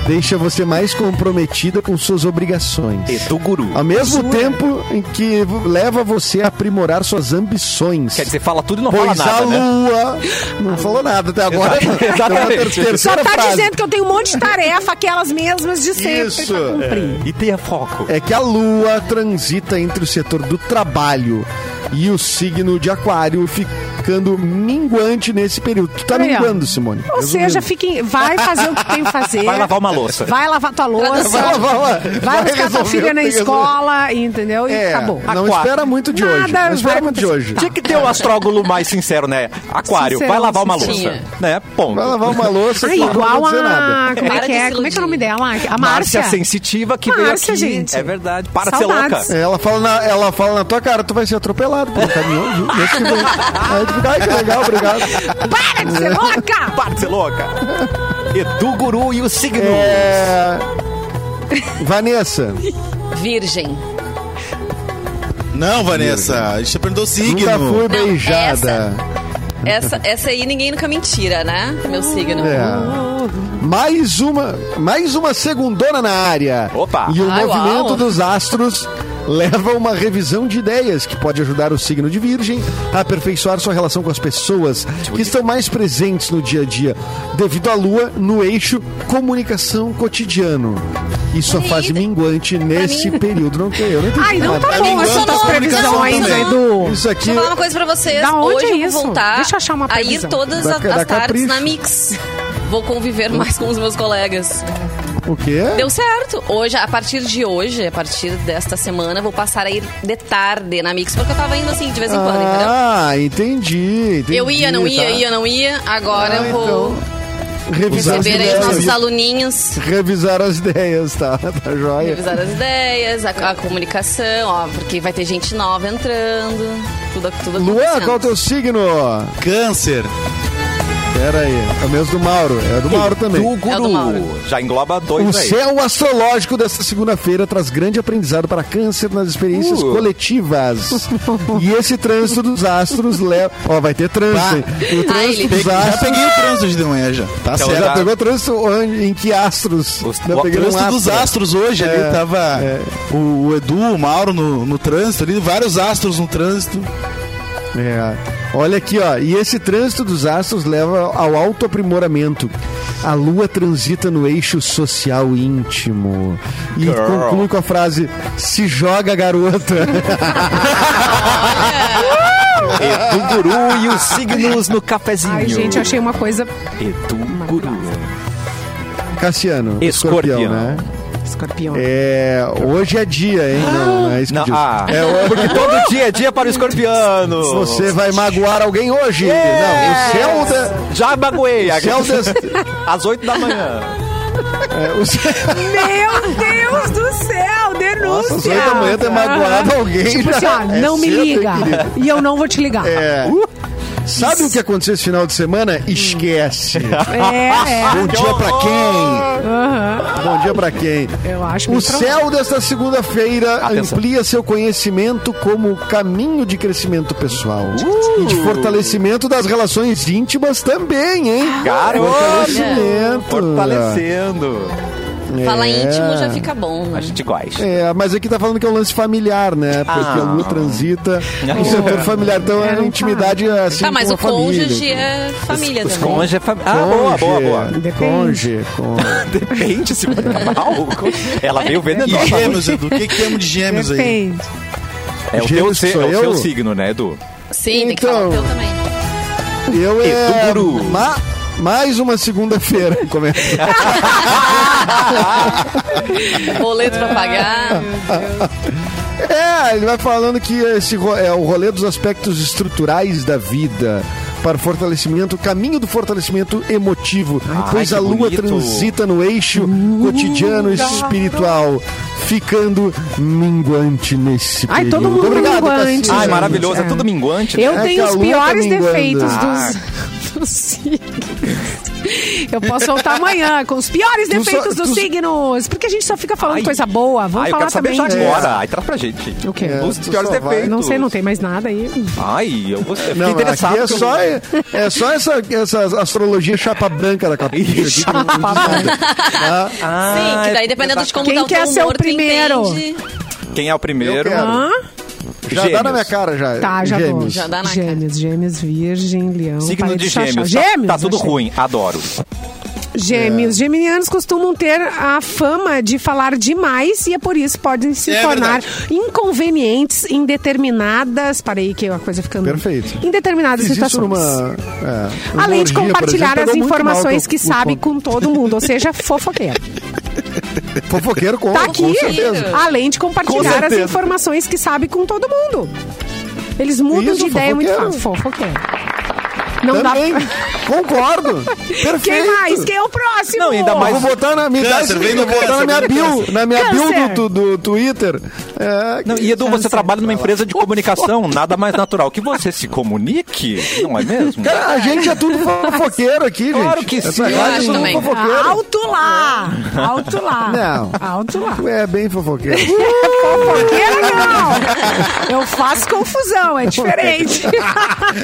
S3: deixa você mais comprometida com suas obrigações.
S1: Edu Guru.
S3: Ao mesmo tempo em que leva você a aprimorar suas ambições.
S1: Quer dizer, fala tudo e não
S3: Pois
S1: fala
S3: a
S1: nada, né?
S3: lua não falou nada até agora.
S1: Exato-
S3: Então,
S1: exatamente.
S3: ter-
S2: Só
S3: terceira
S2: tá
S3: frase.
S2: dizendo que eu tenho um monte de tarefa, aquelas mesmas de sempre tá
S3: Isso.
S2: pra cumprir.
S1: E tenha foco.
S3: É que a lua transita entre o setor do trabalho e o signo de aquário, ficando minguante nesse período. Tu tá
S2: Aí, ó.
S3: minguando, Simone.
S2: Ou seja, fiquem, vai fazer o que tem que fazer.
S3: É.
S1: Vai lavar uma louça.
S2: Vai lavar tua louça.
S4: Tradução.
S3: Vai, lá, vai, lá.
S2: Vai buscar tua
S3: resolver,
S2: filha na
S3: tem que
S2: escola, entendeu? E
S3: resolver. É,
S2: acabou.
S3: não
S1: Aquário.
S3: espera muito de hoje.
S2: Nada
S3: Não
S2: vai
S3: espera
S2: Tá.
S3: muito de hoje.
S1: Tinha que ter um astrólogo mais sincero, né? Aquário,
S2: Sincerão,
S1: vai lavar uma
S4: sincetinha.
S1: louça. Né? Ponto.
S3: Vai lavar uma louça
S2: Ah,
S3: que não vai
S2: igual
S3: dizer
S2: a.
S3: nada.
S2: Como é
S4: Para
S2: que
S4: de
S2: é?
S4: se
S2: Como é que é o nome
S4: iludir.
S2: dela? A
S1: Márcia
S2: Márcia.
S1: Sensitiva que
S2: Márcia,
S1: veio aqui.
S2: gente.
S1: É verdade. Para
S2: Saudades.
S1: ser louca.
S3: É, Ela fala, na, ela fala na tua cara, tu vai ser atropelado por um caminhão. viu? Esse que vem. Aí tu fica, ai, que legal, obrigado.
S2: Para de ser louca!
S1: Para de ser louca. Edu Guru e o signo.
S3: É... Vanessa,
S4: Virgem.
S5: Não, Vanessa, a gente já perguntou o
S3: nunca
S5: signo.
S3: foi beijada.
S4: Essa, essa aí ninguém nunca mentira, né? Meu signo.
S3: É. Mais uma, mais uma segundona na área.
S1: Opa.
S3: E o
S4: Ai,
S3: movimento
S4: uau.
S3: dos astros leva a uma revisão de ideias que pode ajudar o signo de Virgem a aperfeiçoar sua relação com as pessoas que estão mais presentes no dia a dia, devido à Lua no eixo comunicação cotidiano. Isso é
S4: Ih,
S3: fase
S4: pra
S3: minguante nesse período. Não tem, eu não entendi.
S2: Ai, não
S3: nada.
S2: tá
S5: Tá
S2: bom as
S5: minguando
S2: tuas
S5: a comunicação
S2: previsões,
S5: também.
S2: Edu.
S3: Isso aqui.
S4: Deixa eu falar uma coisa pra vocês.
S2: Da onde
S4: Hoje
S2: é
S4: eu vou
S2: isso?
S4: voltar
S2: Deixa eu achar uma
S4: a ir
S2: previsão.
S4: todas
S3: Da-
S4: as,
S3: da
S4: as tardes
S3: Capricho.
S4: na Mix. Vou conviver mais com os meus colegas.
S3: O quê?
S4: Deu certo. Hoje, a partir de hoje, a partir desta semana, vou passar a ir de tarde na Mix, porque eu tava indo assim de vez em quando, entendeu?
S3: Ah, entendi, entendi,
S4: Eu ia, não ia,
S3: tá.
S4: ia, não ia. Agora
S3: Ah,
S4: eu vou
S3: Revisar as
S4: receber aí os
S3: ideias.
S4: nossos aluninhos.
S3: Revisar as ideias, tá? Tá joia.
S4: Revisar as ideias, a, a comunicação, ó, porque vai ter gente nova entrando. Tudo, tudo
S3: Luan,
S4: acontecendo.
S3: qual é o teu signo?
S5: Câncer.
S3: Pera aí. É o mesmo do Mauro. É do Mauro também.
S1: Edu
S4: É o do
S1: Guru.
S4: Mauro.
S1: Já engloba
S3: O
S1: dois aí.
S3: céu astrológico desta segunda-feira traz grande aprendizado para câncer nas experiências
S1: Uh.
S3: coletivas. e esse trânsito dos astros leva. Ó, vai ter trânsito.
S5: Bah.
S3: hein? O
S4: Ah, ele-
S3: trânsito dos
S5: Já
S3: astros.
S5: peguei o trânsito de manhã já. Tá
S1: Então
S5: certo.
S3: Já
S1: já-
S3: pegou trânsito onde- em que astros?
S1: Os-
S3: Já
S1: o
S3: peguei um
S5: trânsito dos
S3: astro.
S5: astros hoje
S3: É,
S5: ali, tava
S3: é.
S5: o, o Edu, o Mauro no, no trânsito ali, vários astros no trânsito.
S3: É. Olha aqui, ó. E esse trânsito dos astros leva ao autoaprimoramento. A lua transita no eixo social íntimo. E
S1: Girl.
S3: conclui com a frase: se joga, garota.
S1: Edu Guru e os signos no cafezinho.
S2: Ai, gente, eu achei uma coisa.
S1: Edu Guru.
S3: Cassiano.
S1: Escorpião.
S3: né?
S2: Escorpião.
S3: É. Hoje é dia, hein? Não, não é isso que
S1: Não,
S3: diz.
S1: ah,
S3: É hoje.
S1: porque todo dia é dia para o escorpiano.
S3: Você
S1: oh.
S3: vai magoar alguém hoje. Não, o céu. da-
S1: Já baguei.
S3: O céu des...
S1: Às 8 da manhã.
S3: é, o céu...
S2: Meu Deus do céu! Denúncia!
S3: Nossa, às oito da manhã ter magoado alguém.
S2: Tipo assim, ó,
S3: já é
S2: não me
S3: cedo, hein,
S2: liga.
S3: querido?
S2: E eu não vou te ligar.
S3: É. Sabe o que aconteceu esse final de semana? Esquece.
S1: Hum.
S2: É, é.
S3: Bom dia pra quem? Bom dia pra quem?
S2: Eu acho
S3: O
S2: muito
S3: céu desta segunda-feira
S1: Atenção.
S3: amplia seu conhecimento como caminho de crescimento pessoal e
S1: Uh!
S3: de fortalecimento das relações íntimas também, hein?
S1: Garoto!
S3: Fortalecimento.
S1: Fortalecendo.
S3: É.
S4: Falar íntimo já fica bom, né?
S1: A gente gosta.
S3: É, mas aqui tá falando que é um lance familiar, né? Porque a lua transita
S1: Ah. Não.
S3: no setor familiar. Então é
S2: Quero
S3: intimidade assim
S4: um Tá, mas o
S3: com a família. né?
S4: cônjuge é família
S1: Os
S4: também.
S1: cônjuges é fam... Ah, boa, boa, boa.
S3: Cônjuge, Cônjuge, cônjuge.
S1: Depende se vai ficar mal. é Ela veio
S5: E
S1: venenosa.
S5: gêmeos, Edu? O que, que temos de gêmeos aí?
S2: Depende.
S1: É o teu,
S3: Gêmeos
S1: se-
S3: sou
S1: é o teu
S3: eu?
S1: signo, né, Edu?
S4: Sim, tem que
S3: Então.
S4: falar o teu também.
S3: Eu é...
S1: Edu Guru.
S3: Ma- Mais uma segunda-feira. Começa.
S4: Boleto pra pagar.
S3: É, ele vai falando que esse ro- é o rolê dos aspectos estruturais da vida para o fortalecimento, o caminho do fortalecimento emotivo, pois
S1: que
S3: a lua
S1: bonito.
S3: transita no eixo cotidiano espiritual, ficando minguante nesse
S2: Ai,
S3: período.
S2: todo mundo
S3: Obrigado,
S2: minguante,
S3: Cassiano.
S1: Ai,
S2: gente.
S1: maravilhoso. É
S2: É.
S1: tudo minguante, né?
S2: Eu
S3: É que
S2: tenho
S3: a
S2: os
S3: lua tá
S2: piores
S3: minguando.
S2: defeitos dos, dos signos. Eu posso voltar amanhã com os piores
S3: Tu só-
S2: defeitos dos
S3: tu-
S2: signos. Porque a gente só fica falando
S1: Ai.
S2: coisa boa. Vamos
S1: Ai, eu
S2: falar
S1: quero saber
S2: também.
S1: já
S2: de-
S1: agora. Ai, traz pra gente.
S2: O quê?
S3: É,
S1: Os
S3: tu
S1: piores
S3: só vai.
S1: defeitos.
S2: Não sei, não tem mais nada aí.
S1: Ai, eu vou eu fiquei
S3: Não,
S1: interessado.
S3: aqui é
S1: que eu-
S3: só, é, só essa, essa astrologia chapa branca da capinha. aqui, que não diz nada. Tá?
S1: Ah,
S4: Sim, que daí
S1: é
S4: dependendo de como
S2: Quem
S4: tá o teu
S2: quer ser o
S4: humor, tu
S2: primeiro?
S4: entende.
S1: Quem é o primeiro?
S3: Eu quero.
S2: Hã?
S3: Já dá na
S1: Gêmeos.
S3: minha cara, já.
S2: Tá, já
S3: Gêmeos.
S2: dou.
S4: Já dá na cara.
S2: gêmeos, gêmeos, virgem, leão.
S1: Signo
S2: parei
S1: de
S2: chachar.
S1: gêmeos. Tá-
S2: Gêmeos.
S1: Tá tudo
S2: achei.
S1: ruim. Adoro.
S2: Gêmeos.
S3: É.
S2: Geminianos costumam ter a fama de falar demais e é por isso podem se
S5: É
S2: tornar
S5: verdade.
S2: inconvenientes em determinadas. Parei que a coisa ficando.
S3: Perfeito.
S2: Em determinadas
S3: Fiz isso
S2: situações.
S3: numa, é, numa
S2: Além de
S3: orgia, por
S2: compartilhar
S3: exemplo,
S2: as
S3: pegou muito
S2: informações
S3: mal
S2: que
S3: eu-
S2: sabe
S3: o
S2: com todo mundo, ou seja, fofoqueiro.
S3: Fofoqueiro com,
S2: Tá aqui.
S3: com certeza.
S2: Além de
S3: Com
S2: compartilhar as
S3: certeza.
S2: informações que sabe com todo mundo. Eles mudam
S3: Isso,
S2: de ideia muito
S3: fofoqueiro.
S2: fácil. Fofoqueiro. Não
S3: Também.
S2: dá.
S3: Concordo. Perfeito.
S2: Quem mais? Quem é o próximo?
S1: Não, ainda mais-
S3: Eu vou botar na minha, dá
S5: Câncer,
S3: esse
S5: vem
S3: link, eu
S5: do
S3: vou botar na
S5: câncer,
S3: minha
S5: vem do
S3: bio, na minha
S2: Câncer.
S3: bio do, do, do Twitter. É,
S1: Não, e Edu, você trabalha numa empresa de comunicação, nada mais natural que você se comunique, não é mesmo?
S3: cara, a gente é tudo fofoqueiro aqui, gente.
S1: Claro que sim.
S3: Essa
S1: Eu
S3: rádio é
S4: acho
S3: tudo
S4: também.
S3: fofoqueiro.
S2: Alto lá! Alto lá!
S3: Não.
S2: Alto lá!
S3: É bem fofoqueiro.
S2: Fofoqueiro não! Eu faço confusão, é diferente.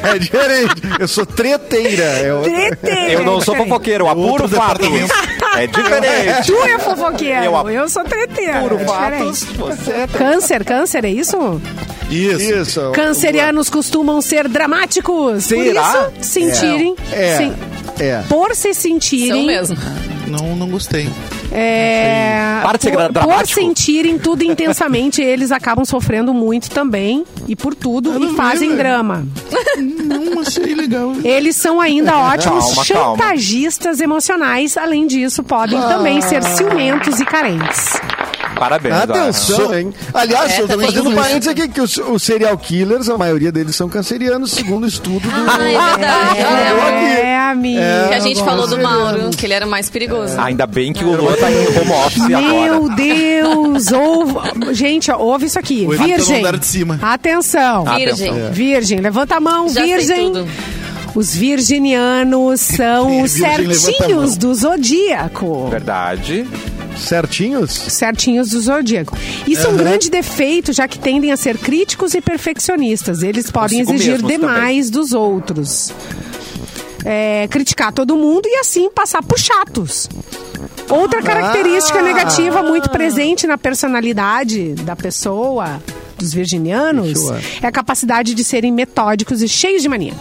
S3: é diferente. Eu sou treteira. É Eu...
S2: Treteiro,
S1: Eu não
S2: é
S1: sou
S2: diferente.
S1: fofoqueiro, apuro
S5: Outro
S1: fatos.
S5: departamento.
S1: É diferente.
S2: Tu é fofoqueiro,
S1: Eu
S2: eu, sou treteiro.
S1: Apuro
S2: é
S1: fatos,
S2: diferente.
S1: você é
S2: Câncer, câncer, é isso?
S5: Isso.
S3: Isso.
S2: Cancerianos costumam ser dramáticos.
S1: Será?
S2: Por isso, sentirem.
S3: É.
S2: sen-
S3: É.
S2: Por se
S4: São
S2: sentirem.
S4: mesmo.
S5: Não, não gostei.
S2: É,
S1: Para de ser
S2: por, por
S1: dramático.
S2: sentirem tudo intensamente, eles acabam sofrendo muito também e por tudo
S5: não
S2: e fazem
S5: vi, velho.
S2: drama.
S5: Não achei legal.
S2: Eles são ainda ótimos
S1: Calma, calma.
S2: chantagistas emocionais. Além disso, podem
S5: Ah.
S2: também ser ciumentos e carentes.
S1: Parabéns.
S3: é. Atenção, hein? Aliás,
S4: É,
S3: eu tô
S4: também
S3: fazendo
S4: isso.
S3: parênteses aqui que os, os serial killers, a maioria deles são cancerianos, segundo o estudo do.
S4: Ah, é verdade. eu
S3: Ah,
S4: lembro.
S3: aqui.
S2: É, amigo.
S3: É,
S4: Que a gente
S3: agora
S4: falou do
S3: você
S4: Mauro,
S3: lembra.
S4: que ele era o mais perigoso.
S1: ó.
S3: Ah,
S1: Ainda bem que o Lô tá em home office
S2: Meu
S1: agora.
S2: Deus! ouve- Gente, ó, ouve isso aqui.
S5: O Edu tá no
S2: Virgem.
S5: andar de cima. é.
S2: Atenção.
S1: Ah,
S3: tá,
S4: Virgem.
S1: atenção.
S2: Virgem, levanta a mão,
S4: Já sei
S2: virgem.
S4: tudo.
S2: Os virginianos são os
S5: É, Virgem, levanta a
S2: certinhos
S5: mão.
S2: do zodíaco.
S1: Verdade.
S3: Certinhos?
S2: Certinhos do zodíaco. Isso é um grande defeito, já que tendem a ser críticos e perfeccionistas. Eles podem
S1: Consigo
S2: exigir
S1: mesmos
S2: demais dos outros. É, criticar todo mundo e assim passar por chatos. Outra característica
S3: Ah.
S2: negativa muito presente na personalidade da pessoa, dos virginianos,
S3: Deixa eu
S2: é a capacidade de serem metódicos e cheios de mania.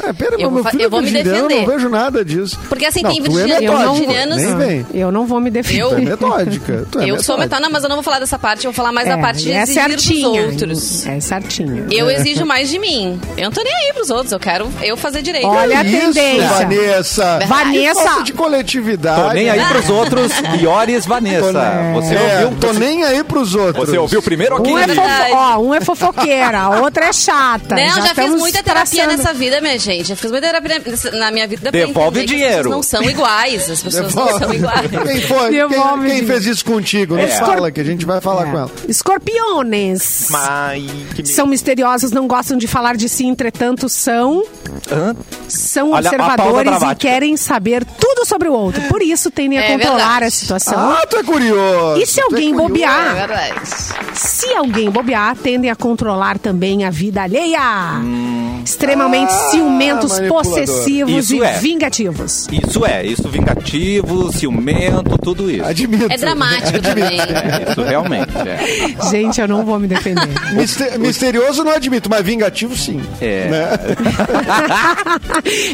S3: É, pera,
S4: Eu
S3: mas
S4: vou
S3: meu
S4: fa-
S3: filho
S4: eu vou
S3: é
S4: me
S3: virginiano, Eu não
S4: defender.
S3: vejo nada disso.
S4: Porque assim,
S3: Não,
S4: tem
S3: tu é
S4: virginianos-
S3: metódica,
S4: virginianos.
S3: Nem vem.
S2: Eu não vou me
S3: Tu é
S2: defender.
S3: metódica. Tu é
S4: Eu sou
S3: metódica.
S4: metódica, mas eu não vou falar dessa parte, eu vou falar mais da parte de
S2: é
S4: exigir
S2: certinha.
S4: dos outros.
S2: É certinha.
S4: Eu exijo mais de mim. Eu não tô nem aí pros outros, eu quero eu fazer direito.
S2: Olha a
S3: Isso,
S2: tendência.
S3: Vanessa.
S2: Vanessa.
S3: Que falta de coletividade.
S1: Tô nem aí pros outros. Iores
S3: Tô nem-
S1: Vanessa. Você
S3: é,
S1: ouviu?
S3: Tô nem aí pros outros.
S1: Você ouviu primeiro aqui?
S2: Um é,
S4: verdade.
S2: fofo... Ó, um é fofoqueira, a outra é chata.
S4: Não, já, fiz
S2: estamos
S4: muita terapia
S2: traçando-
S4: nessa vida, minha gente. Exatamente. Já fiz muita terapia na- na minha vida. pra
S1: Devolve
S4: entender que
S1: o dinheiro.
S4: As pessoas não são iguais. As pessoas não são iguais.
S3: Quem foi? Quem-
S2: Devolve,
S3: Quem,
S2: gente.
S3: fez isso contigo? Não
S1: É.
S3: fala que a gente vai falar
S2: É.
S3: com ela.
S2: Escorpiones.
S1: Mas que me-
S2: São misteriosos, não gostam de falar de si, entretanto, são
S1: Hã?
S2: são
S1: Olha, a pausa
S2: observadores e
S1: dramática.
S2: querem saber tudo sobre o outro. Por isso, tendem a
S4: É
S2: controlar
S4: verdade.
S2: a situação.
S3: Ah, tu é curioso.
S2: E se
S3: Tu é
S2: alguém
S3: curioso.
S4: É
S2: bobear?
S4: verdade.
S2: Se alguém bobear, tendem a controlar também a vida alheia. Extremamente ciumentos,
S3: manipulador.
S2: possessivos
S1: Hum. Ah, Isso
S2: e
S1: é.
S2: vingativos.
S1: Isso é, isso vingativo, ciumento, tudo isso.
S3: Admito.
S4: É dramático também.
S1: É, isso realmente, é.
S2: Gente, eu não vou me defender.
S3: Mister- misterioso não admito, mas vingativo sim.
S1: É.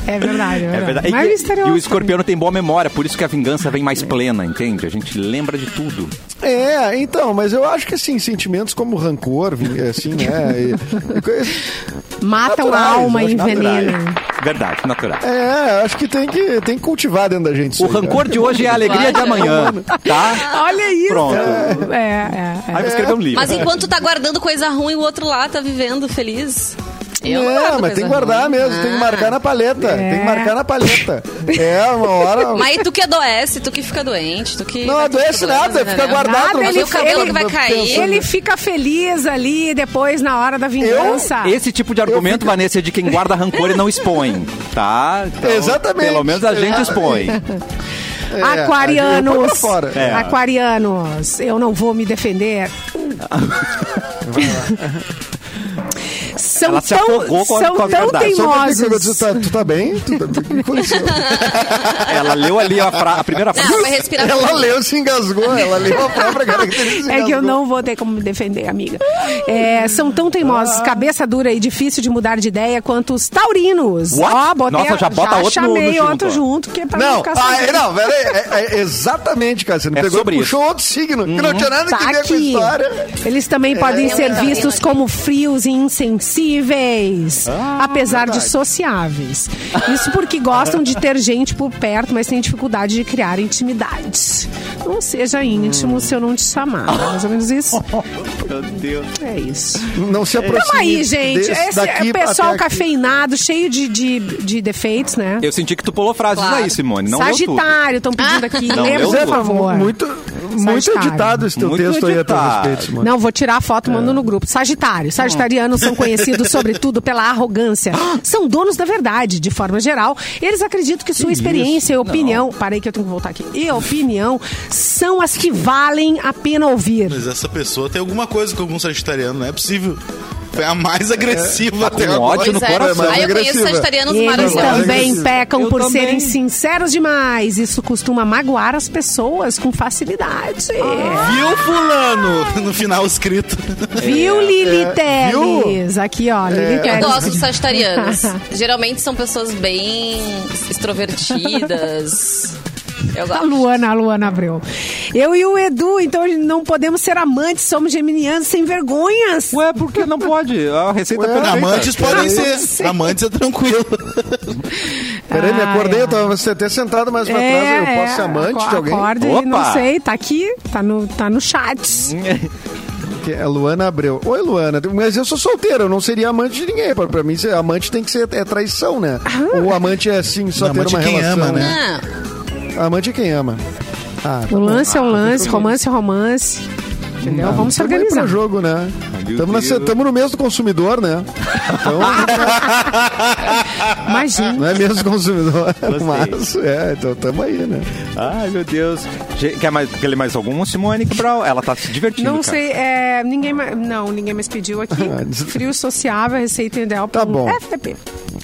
S2: É verdade, é verdade.
S3: Né?
S1: É verdade.
S2: Mas
S1: E-
S2: misterioso
S1: E o
S2: também.
S1: escorpião tem boa memória, por isso que a vingança vem mais plena, entende? A gente lembra de tudo.
S3: É, então, mas eu acho que assim, sentimentos como rancor, ving- assim, né? e- e coisa-
S2: Matam a
S3: Naturais,
S2: alma
S3: eu
S2: e
S3: acho
S2: envenenam.
S1: Verdade, natural.
S3: é, acho que tem que, tem que cultivar dentro da gente. isso
S1: O
S3: aí, né?
S1: rancor de hoje é a alegria de amanhã, tá?
S2: Olha isso.
S1: Pronto.
S2: É, é, é.
S1: Aí vou escrever um livro.
S4: Mas enquanto tá guardando coisa ruim, o outro lá tá vivendo feliz. Eu não
S3: É,
S4: guardo
S3: mas
S4: coisa
S3: tem que guardar
S4: ruim. Ah.
S3: mesmo, tem que marcar na paleta. Tem que marcar na paleta. É, uma hora.
S4: Mas tu que adoece, tu que fica doente, tu que.
S3: Não
S4: vai ter
S3: adoece
S4: problemas,
S3: nada, fica
S4: entendeu?
S3: guardado.
S2: Nada,
S3: não
S2: ele-
S3: sei o que
S2: ele-
S3: eu
S4: vai
S3: tô
S4: cair.
S3: pensando.
S2: Ele fica feliz ali depois na hora da vingança.
S1: Esse tipo de argumento, Vanessa, é de quem guarda rancor e não expõe, tá? Então,
S3: Exatamente.
S1: Pelo menos a gente
S3: Exatamente.
S1: expõe.
S3: É, aí eu vou pra
S2: Aquarianos.
S3: fora.
S1: É.
S2: Aquarianos, eu não vou me defender. São
S1: Ela se afogou
S2: tão,
S1: com a-
S2: são
S1: com a
S2: tão
S1: verdade.
S3: Só pra ver que eu vou dizer,
S2: teimosos.
S3: tá, tu tá bem? Tu tá bem? O que aconteceu?
S1: Ela leu ali a, fra- a primeira frase.
S4: Não, vai respirar.
S3: Ela leu, se engasgou, ela leu a própria característica. e se
S2: É que eu
S3: engasgou.
S2: não vou ter como me defender, amiga. É, são tão teimosos, cabeça dura e difícil de mudar de ideia quanto os taurinos.
S1: What?
S2: Ó, botei,
S1: Nossa, já bota outro no- no
S2: chamei
S1: junto, ó.
S2: outro junto, que é pra não
S3: Não,
S2: ficar
S3: ah,
S2: sozinho.
S3: é, não, peraí. É, é exatamente, cara. Você não
S1: É
S3: pegou,
S1: sobre Uhum.
S3: puxou outro signo, que não tinha nada
S2: Tá
S3: que ver com a
S2: aqui.
S3: história. É,
S2: Eles também podem ser
S4: Não, não,
S2: vistos
S4: não.
S2: como frios e insensíveis,
S3: Ah,
S2: apesar de sociáveis. Isso porque gostam de ter gente por perto, mas têm dificuldade de criar intimidade. Não seja íntimo se eu não te chamar. É Mais ou menos isso.
S1: Meu Deus.
S2: É isso.
S3: Não se aproxime.
S2: Tamo aí, gente.
S3: desse-
S2: Esse
S3: daqui
S2: é pessoal
S3: até aqui.
S2: cafeinado, cheio de, de, de defeitos, né?
S1: Eu senti que tu pulou frases
S4: Claro.
S1: aí, Simone. Não leu tudo.
S2: Sagitário, estão pedindo aqui.
S1: Não
S2: Lembra,
S1: leu
S3: Zé,
S2: por
S1: tudo.
S2: favor.
S3: Muito, muito
S2: Sagitário.
S3: editado esse teu
S1: Muito
S3: texto aí a
S1: editado.
S3: teu respeito, mano.
S2: Não, vou tirar a foto, mando no grupo. Sagitário. Sagitarianos são conhecidos, sobretudo, pela arrogância. São donos da verdade, de forma geral. Eles acreditam que sua experiência e opinião. Parei que eu tenho que voltar aqui. E opinião são as que valem a pena ouvir.
S5: Mas essa pessoa tem alguma coisa com algum sagitariano, não é possível. Foi a mais agressiva
S1: Tá
S5: até
S1: com
S5: agora.
S1: ódio no
S4: Pois é.
S1: coração.
S4: Aí eu conheço
S3: Agressiva.
S4: sagitarianos
S2: Eles
S4: maravilhosos.
S2: também
S3: Eu
S2: pecam por
S1: também.
S2: serem sinceros demais. Isso costuma magoar as pessoas com facilidade.
S5: Viu, fulano? No final escrito.
S2: Viu, Lili Teles? Aqui, ó, Lili
S4: Eu
S2: Teles.
S4: gosto de sagitarianos. Geralmente são pessoas bem extrovertidas. Eu
S2: A
S4: gosto.
S2: Luana, a Luana Abreu. Eu e o Edu, então não podemos ser amantes, somos geminianos sem vergonhas.
S1: Ué, por que não pode? A receita
S3: Ué,
S1: perfeita.
S5: Amantes podem ser.
S2: sei.
S5: Amantes é tranquilo.
S3: Peraí, me
S2: Ah,
S3: acordei,
S2: é.
S3: eu tava você até sentado mais pra trás. tá Eu posso ser amante
S2: aco-
S3: de alguém?
S2: É, Acorda,
S1: Opa!
S2: não sei, tá aqui, tá no, tá no chat.
S3: Hum, Que é Luana Abreu. Oi, Luana. Mas eu sou solteira, eu não seria amante de ninguém. Pra, pra mim, ser amante tem que ser é traição, né?
S2: Ah.
S3: Ou amante é assim, só
S5: Não,
S3: ter
S5: amante
S3: uma
S5: é quem
S3: relação.
S5: ama, né?
S4: Ah,
S3: Amante é quem ama. Ah, tá
S2: O
S3: bom.
S2: lance é um lance, romance é romance. Entendeu? Vamos se
S3: Tamo aí
S2: organizar.
S3: pro jogo, né?
S1: meu Deus.
S3: Estamos no mesmo consumidor, né? Então,
S2: Imagina.
S3: Não é mesmo consumidor, mas é, então tamo aí, né?
S1: Ai, meu Deus. Ge- Quer, mais, quer ler mais algum, Simone? Brau? Ela tá se divertindo.
S2: Não
S1: cara.
S2: sei, é, ninguém mais, não, ninguém mais pediu aqui.
S3: Ah,
S2: Frio sociável, receita ideal um
S3: Tá
S2: para
S3: bom.
S2: FTP.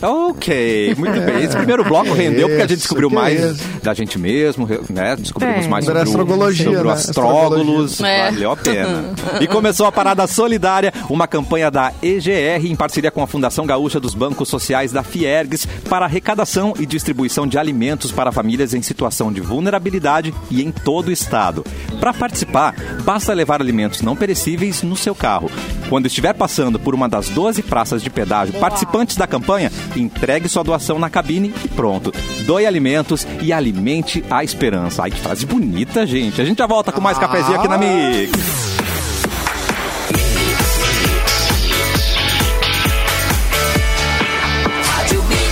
S1: Ok, muito bem. Esse primeiro bloco rendeu porque a gente
S3: Isso,
S1: descobriu
S3: que é
S1: mais
S3: isso.
S1: da gente mesmo, né? Descobrimos
S2: É.
S1: mais
S3: Sobre
S1: sobre, o-
S3: astrologia,
S1: sobre o
S3: né?
S1: astrógolos.
S4: Astrologia.
S1: Valeu a pena. E começou a Parada Solidária, uma campanha da EGR em parceria com a Fundação Gaúcha dos Bancos Sociais da Fiergs para arrecadação e distribuição de alimentos para famílias em situação de vulnerabilidade e em todo o estado. Para participar, basta levar alimentos não perecíveis no seu carro. Quando estiver passando por uma das 12 praças de pedágio participantes da campanha, entregue sua doação na cabine e pronto. Doe alimentos e alimente a esperança. Ai, que frase bonita, gente. A gente já volta com mais cafezinho aqui na Mix.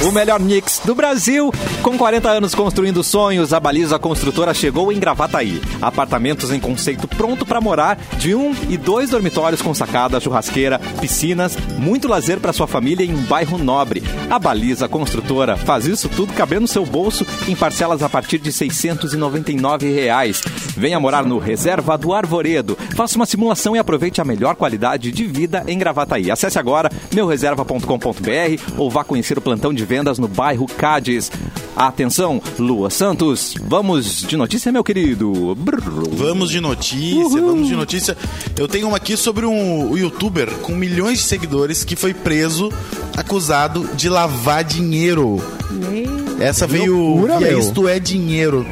S1: o melhor mix do Brasil. Com 40 anos construindo sonhos, a Baliza Construtora chegou em Gravataí. Apartamentos em conceito pronto para morar, de um e dois dormitórios com sacada, churrasqueira, piscinas, muito lazer para sua família em um bairro nobre. A Baliza Construtora faz isso tudo cabendo no seu bolso em parcelas a partir de R$ 699 reais. Venha morar no Reserva do Arvoredo. Faça uma simulação e aproveite a melhor qualidade de vida em Gravataí. Acesse agora meureserva.com.br ou vá conhecer o plantão de vendas no bairro Cádiz. Atenção, Lua Santos, vamos de notícia, meu querido. Brrr.
S5: Vamos de notícia, vamos de notícia. Eu tenho uma aqui sobre um youtuber com milhões de seguidores que foi preso, acusado de lavar dinheiro. Essa veio.
S3: loucura,
S5: e é
S3: meu.
S5: isto é dinheiro.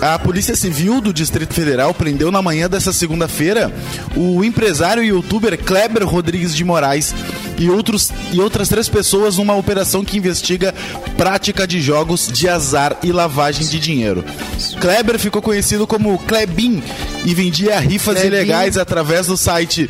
S5: A Polícia Civil do Distrito Federal prendeu na manhã dessa segunda-feira o empresário e youtuber Kleber Rodrigues de Moraes e, outros, e outras três pessoas numa operação que investiga prática de jogos de azar e lavagem de dinheiro. Kleber ficou conhecido como Klebin e vendia rifas ilegais através do site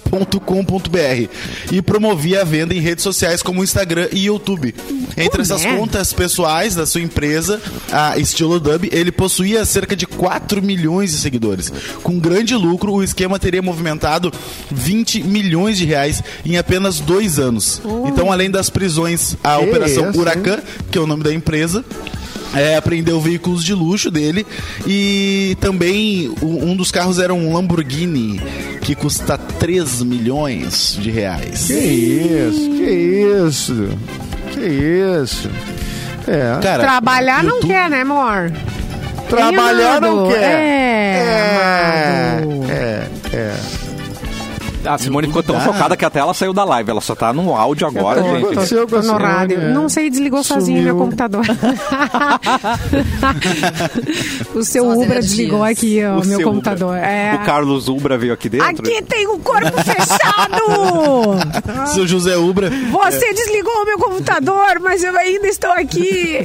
S5: derrifas.com.br e promovia a venda em redes sociais como Instagram e YouTube. Entre essas
S2: né?
S5: contas, contas pessoais da sua empresa, a Estilo Dub, ele possuía cerca de 4 milhões de seguidores. Com grande lucro, o esquema teria movimentado 20 milhões de reais em apenas dois anos. Então, além das prisões, a
S3: Que
S5: Operação
S3: isso,
S5: Huracan, que é o nome da empresa. É, apreendeu veículos de luxo dele e também o- um dos carros era um Lamborghini que custa 3 milhões de reais.
S3: Que isso, que isso, que isso. É.
S5: Cara,
S2: Trabalhar não
S5: YouTube-
S2: quer, né, amor?
S3: Trabalhar não
S2: amado.
S3: quer.
S2: É,
S3: É,
S2: amado.
S3: é, é.
S1: A Simone ficou tão focada que até ela saiu da live. Ela só tá no áudio agora,
S3: Eu tô-
S1: gente.
S3: aconteceu com a
S2: no
S3: Simone,
S2: rádio.
S3: é.
S2: Não sei, desligou sozinho
S3: Sumiu.
S2: meu computador. o seu
S4: São as
S2: Ubra
S4: energias.
S2: desligou aqui ó,
S1: O
S2: meu
S1: seu
S2: computador.
S1: Ubra.
S2: É.
S1: O Carlos Ubra veio aqui dentro.
S2: Aqui tem o corpo fechado!
S5: Seu José Ubra.
S2: Você
S1: É.
S2: desligou o meu computador, mas eu ainda estou aqui.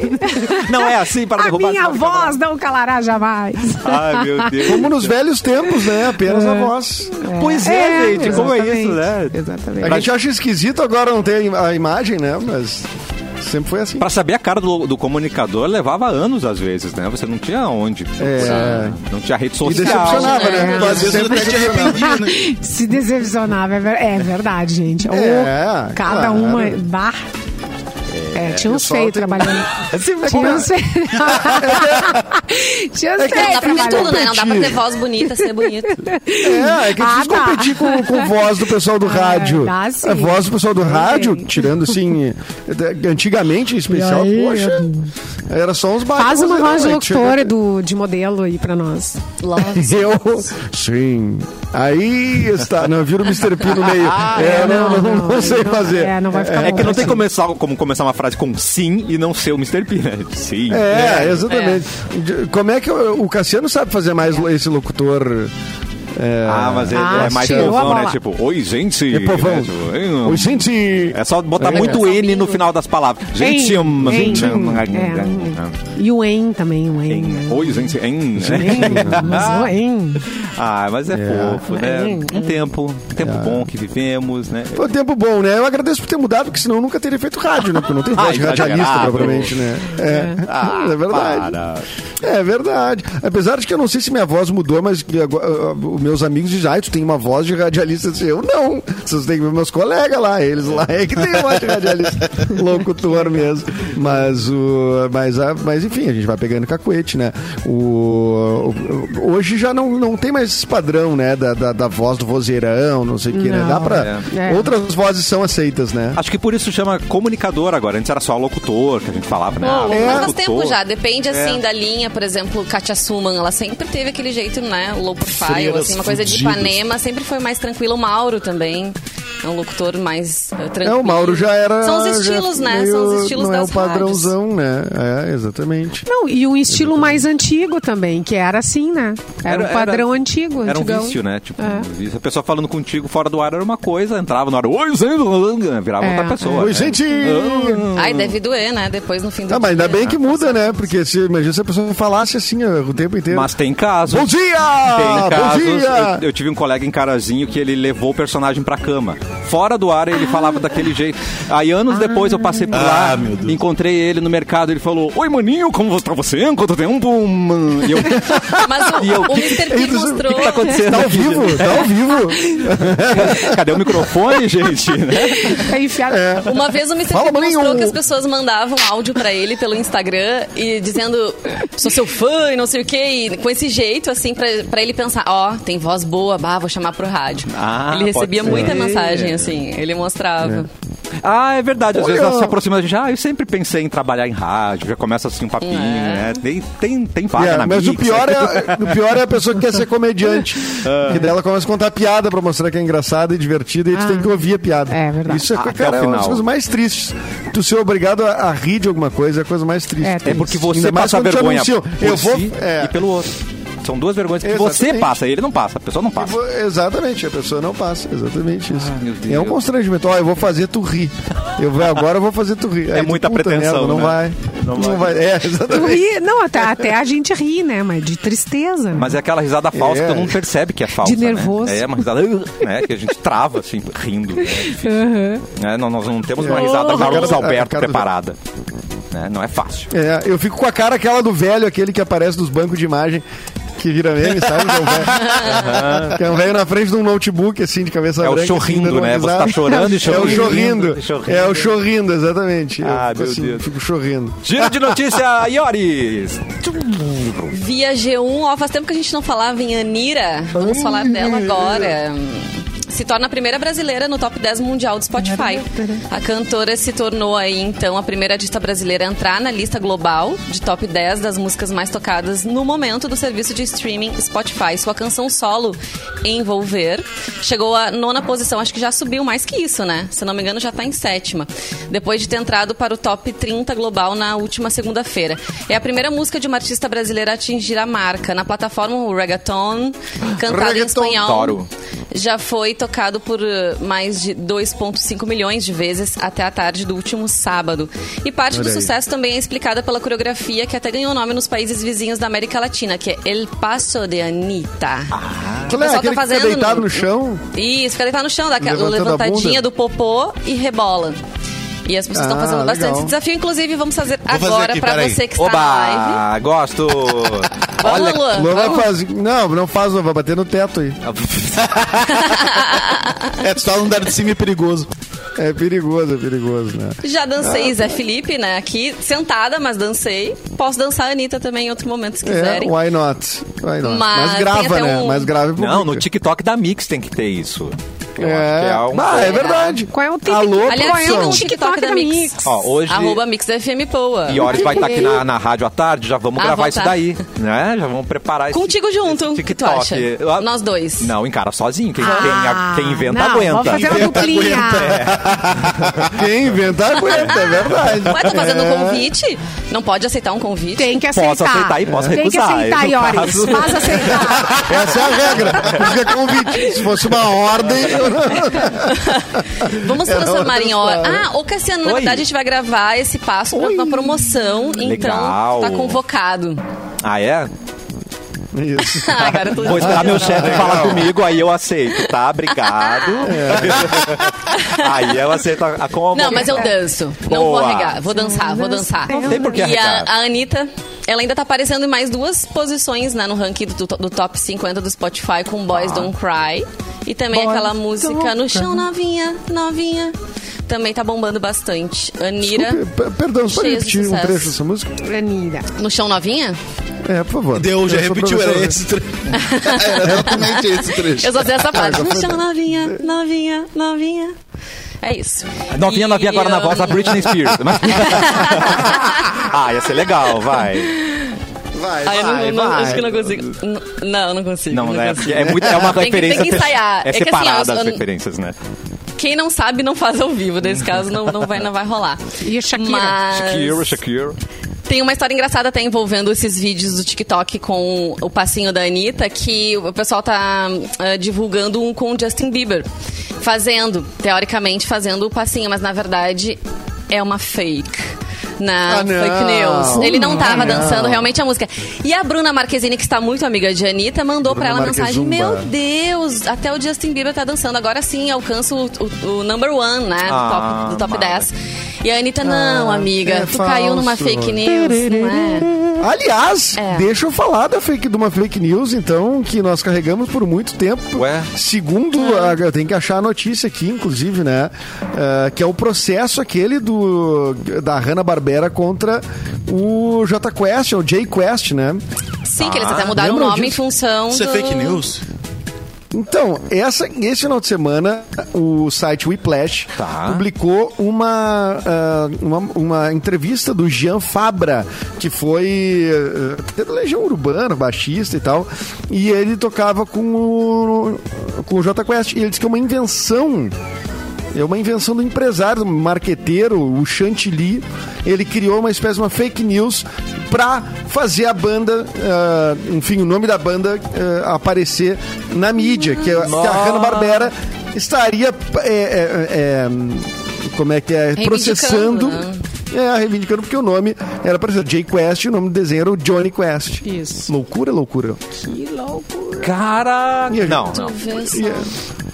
S1: Não é assim para
S2: A
S1: derrubar.
S2: minha
S1: senão fica
S2: voz não calará jamais.
S1: bravo. Ai, meu Deus.
S3: Como nos velhos tempos, né? Apenas
S2: É.
S3: a voz.
S1: Pois é, gente, como é isso, né?
S2: exatamente, Exatamente.
S3: A gente acha esquisito agora não ter a im- a imagem, né? Mas sempre foi assim.
S1: Pra saber a cara do, do comunicador levava anos às vezes, né? Você não tinha onde.
S3: É.
S1: Não tinha rede
S3: E
S1: social.
S3: decepcionava, né?
S2: É.
S5: Tipo, Às vezes eu
S3: Sempre
S5: até te arrependia, né?
S2: Se decepcionava, é, ver- é verdade, gente. Ou
S3: É,
S2: cada
S3: claro.
S2: uma. Bah. É, tinha uns
S3: pessoal
S2: feios
S3: tem-
S2: trabalhando.
S3: Sempre
S2: Tinha
S3: foi-
S2: uns feios. tinha uns feios trabalhando.
S4: Não dá pra ter tudo, né?
S3: É que
S4: Não dá pra ter voz bonita, ser bonito.
S3: É, é que é
S2: Ah,
S3: difícil
S2: tá. É,
S3: competir com, com voz do pessoal do rádio.
S2: dá sim.
S3: a voz do pessoal do rádio,
S2: tem.
S3: tirando assim, eh, antigamente em especial,
S2: E aí,
S3: poxa, era só uns barcos.
S2: Faz uma voz de
S3: né?
S2: locutora do, de modelo aí pra nós.
S4: Love.
S3: Eu, sim. Aí está. Não, vira o Mr. P no meio.
S2: Ah,
S3: é, não, não, não, sei fazer.
S2: É, não vai ficar
S1: É
S2: bom
S1: que não
S2: pra
S1: tem
S2: ti.
S1: começar, como começar uma frase com sim e não ser o Mr. P, né? Sim.
S3: É, exatamente. De- Como é que o, o Cassiano sabe fazer mais lo- esse locutor? É,
S1: Ah, mas é,
S2: Ah,
S1: é mais
S2: tirou a
S1: povão, né?
S2: bola.
S1: Tipo, oi, gente.
S3: é povão.
S1: né? Tipo, "Ei, não."
S3: Oi, gente.
S1: É só botar
S3: É.
S1: muito
S4: É.
S1: N no final das palavras. Gente,
S2: Em,
S1: hum,
S2: em.
S1: gente, hum,
S2: É,
S1: hum, hum,
S2: E o En também, o En.
S1: em. Oi, gente. em.
S2: Em, mas o En.
S1: Ah, mas é fofo, né? Um tempo, um tempo bom que vivemos, né?
S3: Foi um tempo bom, né? Eu agradeço por ter mudado, porque senão eu nunca teria feito rádio, né? Porque não tem voz de
S1: Ai,
S3: radialista,
S1: exagerado.
S3: propriamente, né? É,
S1: Ah,
S3: é verdade.
S1: para.
S3: É verdade. Apesar de que eu não sei se minha voz mudou, mas que agora, ah, os meus amigos dizem, ah, tu tem uma voz de radialista. Eu, disse, eu não. Vocês têm que ver meus colegas lá, eles lá é que tem voz de radialista. Locutor mesmo. Mas, o, mas, a- mas enfim, a gente vai pegando cacuete, né? O, o- hoje já não, não tem mais esse padrão, né? Da, da, da voz do vozeirão, não sei o que, né?
S2: Não.
S3: Dá pra...
S2: É. É.
S3: Outras vozes são aceitas, né?
S1: Acho que por isso chama comunicador agora. Antes era só locutor que a gente falava, né? Ah,
S3: É.
S4: Mas faz
S1: locutor.
S4: tempo já,
S5: É.
S4: depende assim da linha, por exemplo, Katia Suman, ela sempre teve aquele jeito, né? Low profile,
S5: Freiras
S4: assim, uma coisa de
S5: fudidas.
S4: Ipanema, sempre foi mais tranquilo. O Mauro também. É um locutor mais eh, tranquilo.
S3: É, o Mauro já era.
S4: São os
S3: já
S4: estilos, né?
S3: meio-
S4: São os estilos
S3: não
S4: das
S3: É o padrãozão, né? É, exatamente.
S2: Não, e um estilo mais antigo também, que era assim, né? Era, um padrão antigo.
S1: Era um
S2: antigão.
S1: vício, né? Tipo,
S2: É.
S1: um vício. a pessoa falando contigo fora do ar era uma coisa, entrava no ar, oi, Zé", virava
S2: É.
S1: outra pessoa.
S3: Oi,
S1: né?
S3: gente!
S1: Ah.
S4: Ai, deve doer, né? Depois no fim do
S3: Ah, mas ainda
S4: dia.
S3: bem que muda, né? Porque se, imagina se a pessoa falasse assim ó, o tempo inteiro.
S1: Mas tem casos.
S3: Bom dia!
S1: Tem
S3: Bom
S1: casos.
S3: dia!
S1: Eu, eu tive um colega em Carazinho que ele levou o personagem pra cama. fora do ar ele falava daquele jeito. Aí anos depois eu passei por lá,
S5: Ah, meu Deus.
S1: encontrei ele no mercado, ele falou: Oi, maninho, como está você? Quanto tempo? man?" E eu,
S4: Mas o,
S1: E eu,
S4: o Mr. P mostrou.
S1: o que tá acontecendo?
S3: Tá ao
S1: aqui, gente?
S3: vivo, tá ao vivo.
S1: Cadê o microfone, gente?
S2: É enfiado.
S4: Uma vez o Mr. P
S3: Fala,
S4: mostrou
S3: maninho.
S4: que as pessoas mandavam áudio pra ele pelo Instagram e dizendo sou seu fã e não sei o quê. E com esse jeito, assim, pra, pra ele pensar, ó, tem voz boa, bah, vou chamar pro rádio.
S1: Ah,
S4: ele recebia
S1: pode ser.
S4: muita mensagem, assim, ele mostrava.
S1: Ah, é verdade. Às
S3: Olha.
S1: vezes ela se aproxima da gente. Ah, eu sempre pensei em trabalhar em rádio. Já começa assim um papinho, né? Tem, tem, tem vaga
S3: Yeah,
S1: na
S3: mas o
S1: Mix,
S3: pior,
S1: aí- Ah.
S3: é, o pior é a pessoa que quer ser comediante. Que dela começa a contar piada pra mostrar que é engraçada e divertida e tu
S2: Ah.
S3: tem que ouvir a piada.
S2: É verdade.
S3: Isso é,
S1: Ah, Até o
S3: cara, é uma das
S1: final.
S3: coisas mais tristes. Tu ser obrigado a, a rir de alguma coisa é a coisa mais triste.
S2: É,
S1: É porque você
S3: Ainda mais
S1: passa
S3: quando te
S1: vergonha
S3: anunciam,
S1: por
S3: Eu vou.
S1: si
S3: é,
S1: e pelo outro. São duas vergonhas que você
S3: Exatamente.
S1: passa, ele não passa, a pessoa não
S3: eu
S1: passa.
S3: vou- Exatamente, a pessoa não passa. Exatamente isso.
S1: Ah, meu Deus.
S3: é um constrangimento. Ó, eu vou fazer tu rir. Eu vou agora, eu vou fazer tu rir.
S1: É
S3: tu,
S1: muita
S3: puta
S1: pretensão,
S3: merda, não,
S1: né?
S3: vai,
S1: Não
S3: não,
S1: vai.
S3: vai. É, exatamente.
S2: Tu ri- não, até, até a gente ri, né? Mas de tristeza. né?
S1: Mas é aquela risada falsa
S3: É.
S1: que todo mundo percebe que é falsa.
S2: De nervoso.
S1: Né? É uma risada né? que a gente trava, assim, rindo. né? É difícil. Né? Não- nós não temos uma risada Carlos
S3: Cara do-
S1: Alberto
S3: cara do-
S1: preparada. Né? Não é fácil.
S3: É, eu fico com a cara aquela do velho, aquele que aparece nos bancos de imagem, que vira meme, sabe? Que é um velho, que é um velho na frente de um notebook, assim, de cabeça
S1: É o
S3: branca. assim,
S1: chorrindo,
S3: dando uma
S1: né? Você
S3: risada.
S1: tá chorando e
S3: É
S1: chorrindo,
S3: o chorrindo.
S1: e chorrindo.
S3: É o chorrindo, exatamente.
S1: Ah,
S3: eu fico
S1: meu
S3: assim,
S1: Deus.
S3: fico chorrindo.
S1: Giro de notícia, Ioris!
S4: Via G1, ó, faz tempo que a gente não falava em Anira. Vamos falar dela agora. Se torna a primeira brasileira no top 10 mundial do Spotify. A cantora se tornou aí, então, a primeira artista brasileira a entrar na lista global de top 10 das músicas mais tocadas no momento do serviço de streaming Spotify. Sua canção solo, Envolver, chegou à nona posição. Acho que já subiu mais que isso, né? Se não me engano, já tá em sétima. Depois de ter entrado para o top 30 global na última segunda-feira. É a primeira música de uma artista brasileira a atingir a marca. Na plataforma, o reggaeton, cantado em
S3: Reggaeton.
S4: espanhol,
S1: Adoro.
S4: já foi tocado por eh, mais de 2,5 milhões de vezes até a tarde do último sábado. E parte do
S3: Olha aí.
S4: sucesso também é explicada pela coreografia que até ganhou nome nos países vizinhos da América Latina, que é El Paso de Anitta.
S3: Aquele-
S4: pessoal tá
S3: aquele que
S4: fazendo
S3: fica deitado
S4: no-
S3: no chão.
S4: Isso, fica deitar no chão, dá aquela
S3: Levantando a
S4: levantadinha
S3: bunda.
S4: do popô e rebola. E as pessoas estão
S3: Ah,
S4: fazendo bastante
S3: legal.
S4: esse desafio. Inclusive, vamos fazer
S5: fazer
S4: agora
S5: aqui,
S4: para
S5: peraí.
S4: você que está na live.
S1: Oba! Gosto!
S4: Vamos, Luan.
S3: Não vai
S4: Vamos.
S3: fazer. Não, não faz, não, vai bater no teto aí.
S5: É, tu tá num andar de cima e perigoso.
S3: É perigoso, é perigoso, né?
S4: Já dancei Zé Felipe, né? Aqui, sentada, mas dancei. Posso dançar a Anitta também em outro momento, se
S3: É,
S4: quiserem.
S3: why not? Why
S4: Mas
S3: not? Mas
S4: tem
S3: grava,
S4: até
S3: né?
S4: um-
S3: Mas grava e
S1: Não, no
S3: publica.
S1: TikTok da Mix tem que ter isso. Eu acho que
S3: É.
S1: é um-
S3: Ah, é verdade.
S2: Qual é o TikTok?
S3: Alô,
S4: Aliás, sigam
S3: produção.
S4: o Tiktok da Mix.
S1: Ó, hoje-
S4: Arroba Mix FM Poa.
S1: Ioris vai estar aqui na, na rádio à tarde, já vamos
S4: Ah,
S1: gravar
S4: vou
S1: isso
S4: tá.
S1: daí, né? Já vamos preparar isso.
S4: Contigo junto, o que tu acha?
S1: Eu-
S4: Nós dois.
S1: Não, encara sozinho. Quem, quem-
S2: Ah,
S1: quem inventa,
S2: não, Vamos
S1: aguenta. é.
S2: fazer
S4: um
S2: uma
S5: Inventa,
S2: duplinha.
S3: Quem inventar aguenta, é verdade.
S4: Ué, tô fazendo
S1: É.
S4: um convite? Não pode aceitar um convite?
S2: Tem que aceitar.
S1: Posso aceitar e posso
S2: Tem que
S1: recusar,
S2: aceitar,
S1: no
S2: Ioris.
S1: caso.
S2: Faz aceitar.
S3: Essa é a regra. Porque é convite. Se fosse uma ordem.
S4: Vamos transformar em hora. Ah, ô Cassiano, na
S1: É Oi.
S4: verdade a gente vai gravar esse passo pra uma promoção. Então,
S1: Legal.
S4: tá convocado.
S1: Ah, é?
S3: Isso.
S4: Ah, cara, eu tô
S1: Vou esperar meu chefe
S3: não.
S1: falar comigo, aí eu aceito, tá? Obrigado.
S3: É.
S1: aí eu aceito a, a como.
S4: Não, mas eu danço. Não vou
S1: É. Boa.
S4: arregar. Vou dançar, vou dançar.
S2: Não
S1: tem por que
S4: E a,
S1: arregar.
S4: a Anitta, ela ainda tá aparecendo em mais duas posições né, no ranking do, do top 50 do Spotify com Boys
S1: Tá.
S4: Don't Cry. E também aquela música No Chão Novinha, Novinha. Também tá bombando bastante. Anira.
S3: Desculpe, p- Perdão, só
S4: Cheio de
S3: repetir um
S4: sucesso.
S3: trecho dessa música?
S2: Anira.
S4: No Chão Novinha?
S3: É, por favor.
S5: Deu, já
S3: Eu sou
S5: repetiu, era
S3: professor.
S5: esse trecho. É, Era exatamente esse trecho.
S4: Eu só sei essa
S1: Ah,
S4: parte. No Chão Novinha, Novinha, Novinha. É isso.
S1: Novinha,
S4: E,
S1: novinha agora na voz da
S4: ahn,
S1: Britney Spears. Mas- ah, ia ser legal, vai.
S3: Vai,
S4: Ah, eu não,
S3: vai,
S4: não-
S3: vai.
S4: acho que eu não consigo. N- Não, não consigo.
S1: Não,
S4: Não,
S1: né?
S4: consigo.
S1: É, muito, é uma
S4: Tem que- tem que
S1: referência.
S4: ensaiar. É
S1: É
S4: que assim,
S1: separada
S4: eu-
S1: as
S4: eu-
S1: referências, né?
S4: Quem não sabe, não faz ao vivo. Nesse caso, não, não, vai, não vai rolar.
S2: E a Shakira?
S4: Mas
S1: Shakira, Shakira.
S4: Tem uma história engraçada até envolvendo esses vídeos do TikTok com o passinho da Anitta, que o pessoal tá ah, divulgando um com o Justin Bieber. Fazendo, teoricamente, fazendo o passinho, mas na verdade é uma fake. na
S3: Ah, não.
S4: fake news. Ele não tava
S3: Ah, não.
S4: dançando realmente a música. E a Bruna Marquezine, que está muito amiga de Anitta, mandou pra
S3: Bruna
S4: ela mensagem:
S3: Marquezumba.
S4: Meu Deus, até o Justin Bieber tá dançando. Agora sim alcança o, o- o number one, né? Do
S1: Ah,
S4: top, do top
S1: Mara.
S4: 10. E a Anitta, não,
S3: Ah,
S4: amiga,
S3: é
S4: tu caiu numa
S3: falso.
S4: fake news, não
S3: né?
S4: é?
S3: Aliás,
S4: É.
S3: deixa eu falar da fake, de uma fake news, então, que nós carregamos por muito tempo.
S1: Ué?
S3: Segundo,
S4: É.
S3: a- eu tenho que achar a notícia aqui, inclusive, né? Ah, que é o processo aquele do, da Hanna-Barbera contra o J Quest, ou J Quest, né?
S4: Sim, que eles até mudaram o
S3: lembram
S4: nome em
S3: disso?
S4: função.
S5: Isso é
S4: do-
S5: fake news?
S3: Então, essa, esse final de semana, o site Weplash
S1: Tá.
S3: publicou uma, ah, uma, uma entrevista do Jean Fabra, que foi uh, Legião Urbana, baixista e tal, e ele tocava com o, com o J Quest, e ele disse que é uma invenção é uma invenção do empresário, do marqueteiro, o Chantilly. Ele criou uma espécie de uma fake news pra fazer a banda, ah, enfim, o nome da banda ah, aparecer na mídia, que, é- que a Hanna-Barbera estaria. é, é, é, como é que é? Processando.
S4: né?
S3: É, reivindicando porque o nome era para ser Jay Quest e o nome do desenho era o Johnny Quest.
S2: Isso.
S3: Loucura, loucura.
S1: Cara. Não, não.
S4: Vê só.
S3: E, é,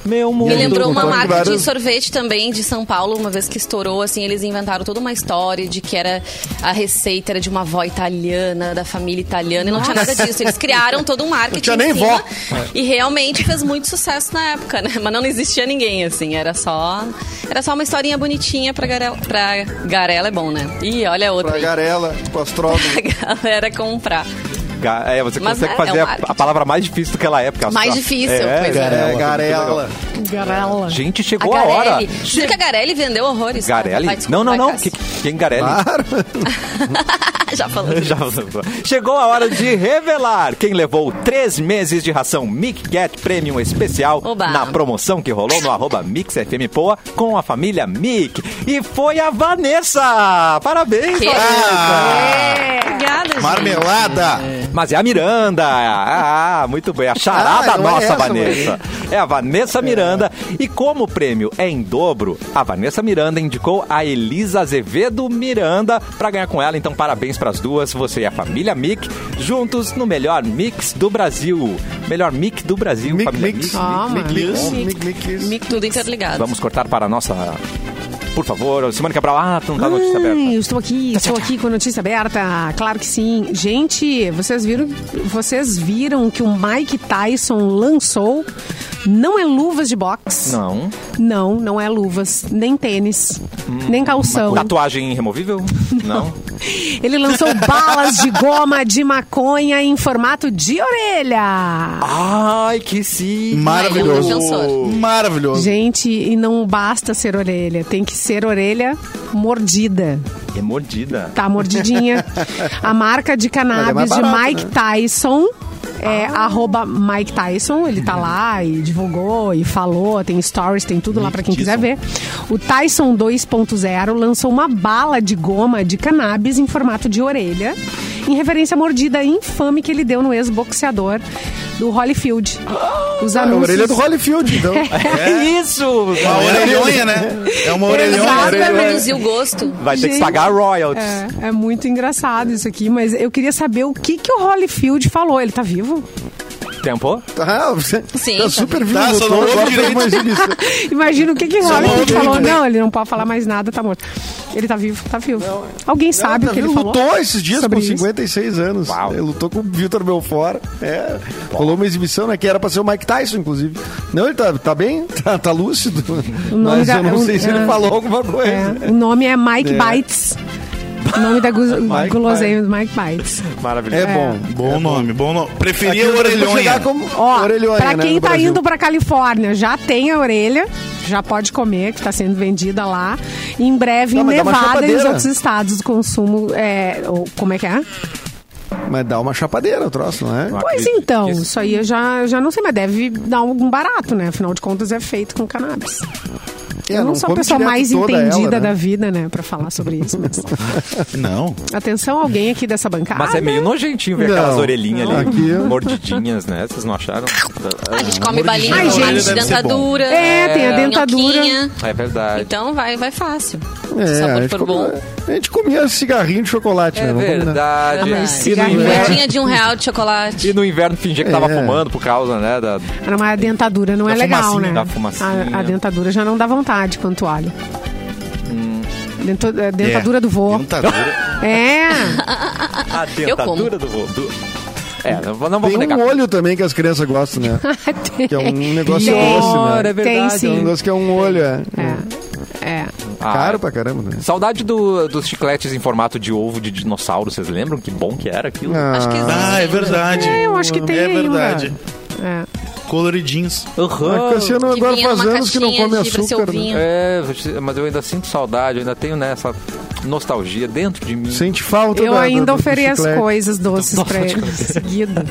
S1: Meu mundo.
S4: Me lembrou uma
S3: Concordo
S4: marca
S3: com várias-
S4: de sorvete também de São Paulo, uma vez que estourou, assim, eles inventaram toda uma história de que era a receita era de uma avó italiana, da família italiana, e não tinha nada disso. Eles criaram todo um marketing
S3: Não tinha nem
S4: em cima,
S3: vó.
S4: e realmente fez muito sucesso na época, né? Mas não existia ninguém, assim, era só era só uma historinha bonitinha pra garela, pra garela é bom, né? Ih, olha outra
S3: pra
S4: aí.
S3: Garela, é pro astrólogo.
S4: Pra galera comprar.
S1: Ga- É, você
S4: Mas
S1: consegue
S4: é-
S1: fazer
S4: é um
S1: a,
S4: marketing.
S1: a palavra mais difícil do que ela é. Porque ela-
S4: Mais difícil,
S1: É,
S4: pois é.
S1: garela.
S3: É,
S1: Garela.
S3: Garela.
S2: Garela.
S1: Gente,
S4: A
S1: chegou a, hora.
S4: Garelli. Juro que a Garelli vendeu horrores. tá?
S1: Garelli?
S4: Vai, desculpa,
S1: não, não,
S4: vai,
S1: não.
S4: Cássio.
S1: Que- que- Quem Garelli?
S3: Claro.
S4: Já falou.
S1: Já- Chegou a hora de revelar quem levou três meses de ração Mic Cat Premium Especial
S4: Oba.
S1: na promoção que rolou no arroba MixFMPoa com a família Mic. E foi a Vanessa! Parabéns,
S4: Que-
S1: Vanessa!
S2: Ah! É.
S4: é. Obrigada, gente.
S5: Marmelada!
S1: Mas é a Miranda! Ah, muito bem. A charada
S3: Ah, não é
S1: nossa,
S3: essa,
S1: Vanessa. É a Vanessa Miranda. E como o prêmio é em dobro, a Vanessa Miranda indicou a Elisa Azevedo Miranda pra ganhar com ela. Então, parabéns pras duas. Você e a família Mick, juntos no melhor mix do Brasil. Melhor mic do Brasil,
S3: Mic,
S1: família
S3: mix,
S1: Mick.
S2: Ah,
S3: mic,
S5: maravilhoso.
S3: mic, mic, mic, mic.
S4: Mic tudo interligado.
S1: Vamos cortar para a nossa... Por favor, Simone Cabral. Ah, tu não tá a notícia aberta.
S2: Ai, eu Hum, estou aqui, estou aqui com a notícia aberta. Claro que sim. Gente, vocês viram, vocês viram que o Mike Tyson lançou não é luvas de boxe.
S1: Não.
S2: Não, não é luvas, nem tênis, nem calção.
S1: Tatuagem removível? Não.
S2: Ele lançou balas de goma de maconha em formato de orelha.
S1: Ai, que sim.
S4: Ele é um
S5: Maravilhoso.
S4: defensor.
S5: Maravilhoso.
S2: Gente, e não basta ser orelha, tem que ser orelha mordida.
S1: É mordida.
S2: Tá mordidinha. A marca de
S3: Mas é mais
S2: cannabis
S3: barato,
S2: de Mike Tyson. É arroba Mike Tyson, ele tá lá e divulgou e falou, tem stories, tem tudo lá pra quem quiser ver. O Tyson 2.0 lançou uma bala de goma de cannabis em formato de orelha, em referência à mordida infame que ele deu no ex-boxeador do Holyfield. Os
S3: É a
S2: anúncios...
S3: orelha do Holyfield, então.
S1: É isso!
S5: Uma orelhonha, né? É uma orelhonha.
S2: Exato.
S4: Pra produzir o gosto.
S1: Vai ter que
S2: Gente.
S1: pagar royalties.
S2: É, é muito engraçado isso aqui, mas eu queria saber o que, que o Holyfield falou. Ele tá vivo?
S1: Tempo?
S3: Tá, você
S4: Sim,
S3: tá
S4: tá.
S3: super vivo.
S5: Tá, só não ouve direito.
S2: Imagina o que, que o Holyfield
S5: ouve
S2: falou.
S5: ele, né?
S2: Não, ele não pode falar mais nada, tá morto. Ele tá vivo, tá vivo.
S3: é.
S2: Alguém sabe
S3: tá
S2: o que ele falou?
S3: lutou esses dias
S2: sobre
S3: com
S2: isso?
S3: 56 anos.
S1: Uau.
S3: Ele lutou com o Vitor Belfort. É, rolou uma exibição, né? Que era pra ser o Mike Tyson, inclusive. Não, ele tá, tá bem, tá, tá lúcido.
S2: nome
S3: Mas
S2: da-
S3: eu não
S2: o-
S3: sei se ele
S2: é.
S3: falou alguma coisa.
S2: É, o nome é Mike
S3: É.
S2: Bites. O nome da gu-
S3: Mike
S2: guloseima do Mike Bites.
S1: Maravilhoso.
S3: É, bom.
S5: Bom nome, bom nome.
S3: Aqui
S5: Preferia
S3: eu vou
S5: orelhonha.
S3: chegar como
S2: Ó,
S3: orelhonha,
S2: pra
S3: né,
S2: quem
S3: no
S2: tá
S3: Brasil.
S2: indo pra Califórnia, já tem a orelha, já pode comer, que tá sendo vendida lá. Em breve,
S3: Não,
S2: em
S3: mas dá uma
S2: Nevada e os
S3: chapadeira.
S2: outros estados do consumo. É, ou- como é que é?
S3: Mas dá uma chapadeira o troço, não é?
S2: Pois
S1: acredito
S2: então,
S1: que isso-
S2: isso aí eu já, já não sei, mas deve dar algum barato, né? Afinal de contas, é feito com cannabis.
S3: É,
S2: eu não, sou a
S3: come
S2: pessoa
S3: direto
S2: mais
S3: toda ela,
S2: entendida
S3: né?
S2: da vida, né, pra falar sobre isso. Mas...
S5: Não.
S2: Atenção, alguém aqui dessa bancada.
S1: Mas é meio nojentinho ver
S3: Ah, Não.
S1: aquelas orelhinhas
S3: Não.
S1: ali,
S3: Aqui-
S1: mordidinhas, né? Vocês não acharam?
S4: A gente come balinha,
S2: Ai,
S4: a
S2: gente,
S4: gente
S5: deve ser bom.
S4: dentadura.
S2: É, tem a dentadura.
S4: nhoquinha.
S1: É verdade.
S4: Então vai, vai fácil.
S3: É,
S4: sabor
S3: a, gente
S4: for
S3: comia,
S4: bom.
S3: a gente comia cigarrinho de chocolate, né?
S1: É
S3: Vamos combinar.
S1: verdade.
S4: Ai,
S1: E no
S2: cigarrinho.
S1: inverno,
S4: Moedinha de um real de chocolate.
S1: e no inverno fingir que tava
S3: É.
S1: fumando por causa, né? Da,
S2: Era uma dentadura, não
S1: Da
S2: é legal,
S1: fumacinha,
S2: né?
S1: da fumacinha.
S2: A, a dentadura já não dá vontade com toalha.
S1: Hum.
S2: Dento, é, dentadura do vô.
S5: Dentadura.
S2: É,
S1: a dentadura do, do... É, não, não vamos
S3: Tem
S1: negar.
S3: um olho também que as crianças gostam, né? Que é um negócio
S2: Tem.
S3: doce, né?
S1: é verdade.
S2: Tem sim.
S3: Um negócio que é um olho, é.
S2: é, é.
S1: Ah,
S3: Caro pra caramba, né?
S1: Saudade do- dos chicletes em formato de ovo de dinossauro, vocês lembram? Que bom que era aquilo.
S4: Acho que existe.
S5: Ah, é
S4: ainda.
S5: verdade.
S2: É, eu acho que tem
S5: É
S2: ainda.
S5: verdade.
S2: É.
S5: Coloridinhos.
S1: Aham.
S3: Ah, Cassiano
S4: Que
S3: agora
S4: vinha
S3: faz
S4: numa
S3: anos que não
S4: caixinha
S3: come
S4: de seu
S3: açúcar, né?
S4: vinho.
S1: É, mas eu ainda sinto saudade, eu ainda tenho nessa nostalgia dentro de mim.
S3: Sente falta
S2: Eu
S3: da-
S2: ainda
S3: do- do
S2: ofereço
S3: chiclete.
S2: coisas doces pra
S1: Nossa,
S2: ele. Seguido.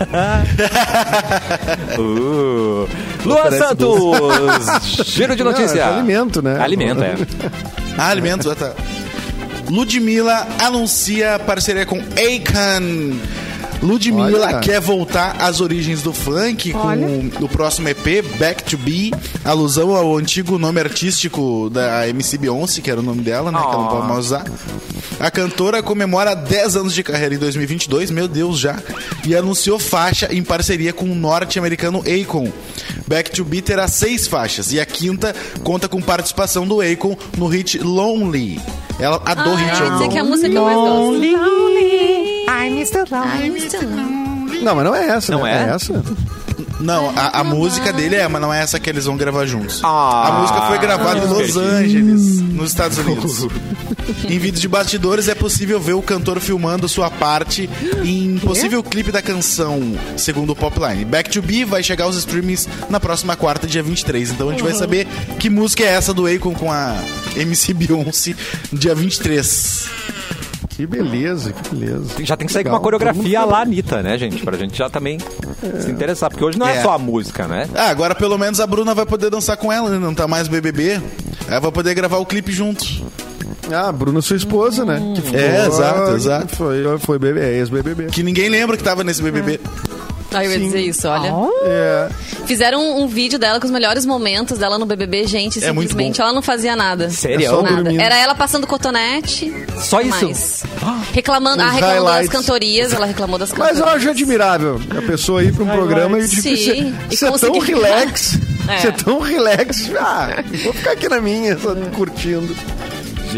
S1: Uh. Luan
S3: Oferece
S1: Santos, giro de
S3: Não,
S1: notícia.
S3: é alimento, né?
S1: Alimento, é.
S5: Ah, alimentos, ah, tá. Ludmilla anuncia parceria com Akon. Ludmilla
S3: Olha.
S5: quer voltar às origens do funk
S2: Olha.
S5: com o próximo EP, Back to Be, alusão ao antigo nome artístico da MC Beyoncé, que era o nome dela, né? Que ela não
S1: Oh.
S5: pode mais usar. A cantora comemora 10 anos de carreira em 2022, meu Deus, já. E anunciou faixa em parceria com o norte-americano Akon. Back to Be terá seis faixas e a quinta conta com participação do Akon no hit Lonely. Ela adora
S4: Ah, eu
S5: hit
S4: ia dizer
S5: Lonely.
S4: que a música é mais doce.
S2: Lonely, I'm Mr. Lonely.
S3: Não, mas não é essa,
S1: Não
S3: né?
S1: é?
S3: essa?
S5: Não, a, a música dele é, mas não é essa que eles vão gravar juntos.
S1: Ah.
S5: a música foi gravada em Los Angeles, nos Estados Unidos. em vídeos de bastidores é possível ver o cantor filmando sua parte em possível clipe da canção, segundo o Popline. Back to Be vai chegar aos streamings na próxima quarta, dia 23. Então a gente vai saber que música é essa do Akon com a MC Beyoncé, dia 23.
S3: Que beleza, que beleza.
S1: Já tem que sair com uma
S3: Legal.
S1: coreografia lá, Anitta, né, gente? Pra gente já também se interessar. Porque hoje não é,
S5: É.
S1: só a música, né?
S5: Ah, agora pelo menos a Bruna vai poder dançar com ela, né? Não tá mais BBB. Ela vai poder gravar o clipe juntos.
S3: Ah, Bruna, sua esposa, né? Que ficou-
S5: É, exato, exato.
S3: Foi, foi bebê, é ex-BBB.
S5: Que ninguém lembra que tava nesse BBB.
S4: Ah, eu ia dizer isso, olha.
S3: É,
S4: Fizeram um, um vídeo dela com os melhores momentos dela no BBB, gente.
S5: É muito
S4: simplesmente
S5: bom.
S4: ela não fazia nada.
S1: Sério?
S3: É só
S4: Nada.
S3: dormindo.
S4: Era ela passando cotonete.
S1: Só isso?
S4: mais. Reclamando, ah,
S3: Os
S4: reclamando das
S3: highlights.
S4: cantorias. Ela reclamou das
S3: mas é
S4: cantorias.
S3: eu acho admirável a pessoa ir pra um programa e tipo,
S4: Sim,
S3: ser,
S4: e
S3: ser tão
S4: conseguir-
S3: relax,
S4: É.
S1: tá
S3: ser tão relax, ah, vou ficar aqui na minha, só curtindo.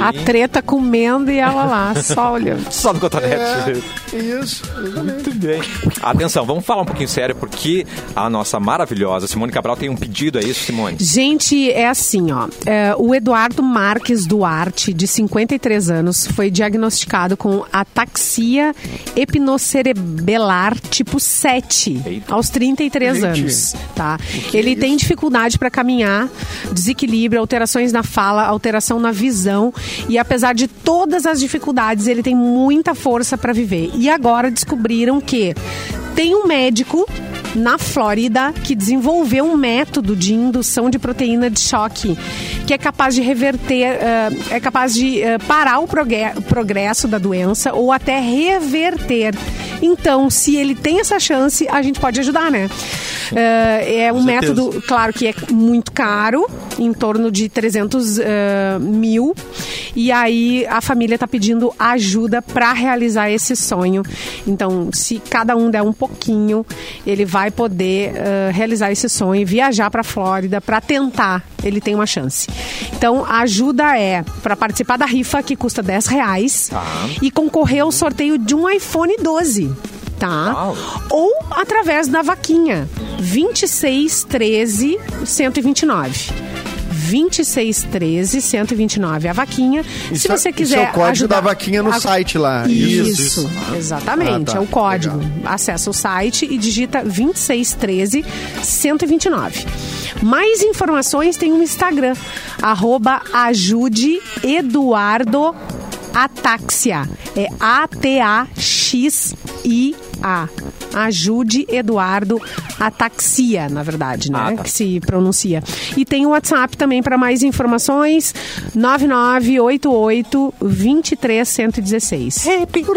S2: A treta comendo e ela lá, só olhando.
S1: Só no cotonete.
S4: tipo
S3: É, isso, exatamente.
S1: Muito bem. Atenção, vamos falar um pouquinho sério, porque a nossa maravilhosa Simone Cabral tem um pedido, é isso, Simone?
S2: Gente, é assim, ó. É, o Eduardo Marques Duarte, de 53 anos, foi diagnosticado com ataxia hipnocerebelar tipo 7,
S1: Eita.
S2: aos 33
S3: Gente,
S2: anos, tá? Ele tem dificuldade para caminhar, desequilíbrio, alterações na fala, alteração na visão, e apesar de todas as dificuldades, ele tem muita força para viver. E agora descobriram que tem um médico na Flórida que desenvolveu um método de indução de proteína de choque que é capaz de reverter, eh, é capaz de eh, parar o progue- progresso da doença ou até reverter. Então, se ele tem essa chance, a gente pode ajudar, né? Eh, é um
S5: certeza.
S2: método claro que é muito caro, em torno de 300 eh, mil. E aí a família está pedindo ajuda para realizar esse sonho. Então, se cada um der um pouquinho, ele vai poder eh, realizar esse sonho, e viajar para Flórida para tentar. Ele tem uma chance. Então, a ajuda é para participar da rifa, que custa 10 reais, e concorrer ao sorteio de um iPhone 12. Tá?
S1: Uau.
S2: ou através da vaquinha 2613 129. 2613 129 a vaquinha.
S3: Isso
S2: Se
S3: é-
S2: você
S3: isso
S2: quiser
S3: é o código
S2: ajudar-
S3: da vaquinha no site lá.
S2: Isso,
S5: Isso, isso.
S2: exatamente,
S3: Ah, tá.
S2: é o código. Acessa o site e digita 2613 129. Mais informações tem um Instagram, arroba ajude Eduardo Ataxia. É A-T-A-X-I-A. Ajude Eduardo Ataxia, na verdade, né?
S1: Ah, tá.
S2: Que se pronuncia. E tem o WhatsApp também para mais informações: 9988 23116.
S3: Repito.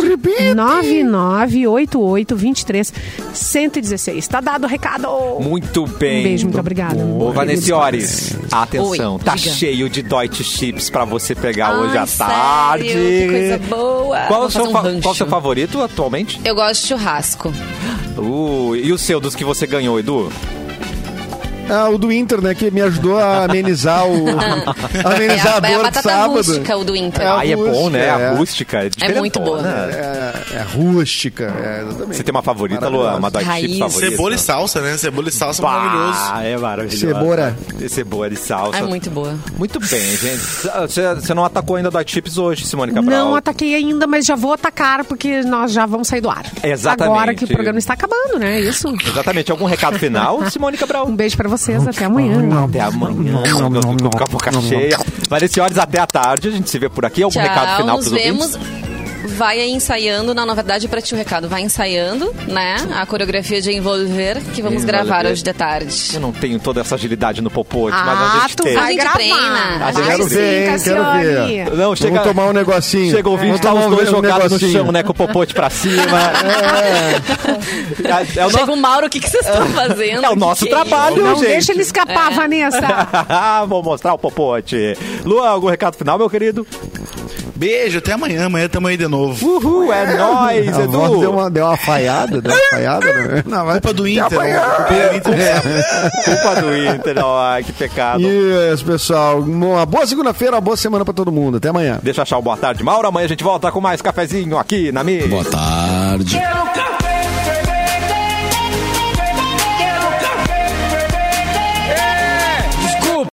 S2: 9988 23116. Tá dado o recado.
S1: Muito bem.
S2: Um beijo, muito obrigada.
S1: Ô, Vanessiores, atenção,
S4: Oi,
S1: tá
S4: diga.
S1: cheio de Deutsche Chips pra você pegar hoje à
S4: Ai, sério?
S1: tarde.
S4: Que coisa boa.
S1: Qual é
S4: Vou
S1: o seu,
S4: fazer um
S1: fa-
S4: rancho.
S1: qual o seu favorito atualmente?
S4: Eu gosto de churrasco.
S1: Uh, e o seu, dos que você ganhou, Edu?
S3: Ah, o do Inter, né? Que me ajudou a amenizar o.
S4: É
S3: amenizar
S4: a,
S3: a
S4: é a
S3: dor de
S4: batata
S3: sábado.
S4: rústica, o do Inter.
S3: É,
S1: Ai, é bom, né?
S3: é.
S1: A rústica. diferentona.
S4: muito boa.
S3: É, é rústica. É, exatamente.
S1: Você tem uma favorita, Luan?
S3: Maravilhosa.
S1: Uma Deutsche Chips
S4: Raiz.
S1: favorita?
S5: Cebola e salsa, né? Cebola e salsa é
S1: Bah,
S5: maravilhoso.
S1: É maravilhoso.
S3: Cebola.
S1: Cebola e salsa.
S4: É muito boa.
S1: Muito bem, gente. Você você não atacou ainda Deutsche Chips hoje, Simone Cabral?
S2: Não ataquei ainda, mas já vou atacar porque nós já vamos sair do ar.
S1: Exatamente.
S2: Agora que o programa está acabando, né? Isso.
S1: Exatamente. Algum recado final, Simone Cabral?
S2: Um beijo para vocês, até amanhã.
S1: Até amanhã.
S3: Não, não, não,
S1: com a boca
S3: não, não.
S1: cheia. Mas, senhores, até a tarde. A gente se vê por aqui. Algum Um recado
S4: Tchau,
S1: final
S4: nos
S1: pros ouvintes?
S4: vemos. Vai aí ensaiando, não, na verdade, pra ti o recado. Vai ensaiando, né? A coreografia de Envolver, que vamos
S1: Envolver.
S4: gravar hoje de tarde.
S1: Eu não tenho toda essa agilidade no popote, mas a
S2: Ah,
S1: gente
S2: tu
S1: tem.
S2: vai
S4: A gente
S2: gravar.
S4: treina.
S1: A gente
S2: Vai
S1: quero
S2: sim,
S3: ver, hein, quero
S2: Cassiane.
S3: ver.
S1: Não, chega.
S3: Vamos tomar um negocinho.
S1: Chega o vídeo,
S3: Vamos
S1: tá
S3: tomar
S1: os dois
S3: um
S1: jogados no
S3: negocinho.
S1: chão, né? Com o popote pra cima. É, é o
S4: Chega
S1: nosso,
S4: o Mauro, o que que vocês estão fazendo?
S1: é o
S4: Que
S1: nosso
S4: que
S1: trabalho,
S2: Não
S1: gente. Ah,
S2: deixa ele escapar,
S4: É.
S2: Vanessa.
S1: Vou mostrar o popote. Luan, algum recado final, meu querido?
S5: Beijo, até amanhã. Amanhã tamo aí de novo.
S1: Uhul, é nóis,
S3: A voz deu
S1: Edu.
S3: uma, deu uma falhada, deu uma falhada. né? Não, vai-
S5: Culpa do
S3: Até
S5: Inter.
S3: amanhã.
S5: Culpa do Inter.
S1: Culpa do Inter, ai, que pecado.
S3: Isso, pessoal. Uma boa segunda-feira, uma boa semana pra todo mundo. Até amanhã.
S1: Deixa eu achar o boa tarde, Mauro. Amanhã a gente volta com mais cafezinho aqui na mídia.
S6: Boa tarde.
S7: Quero café!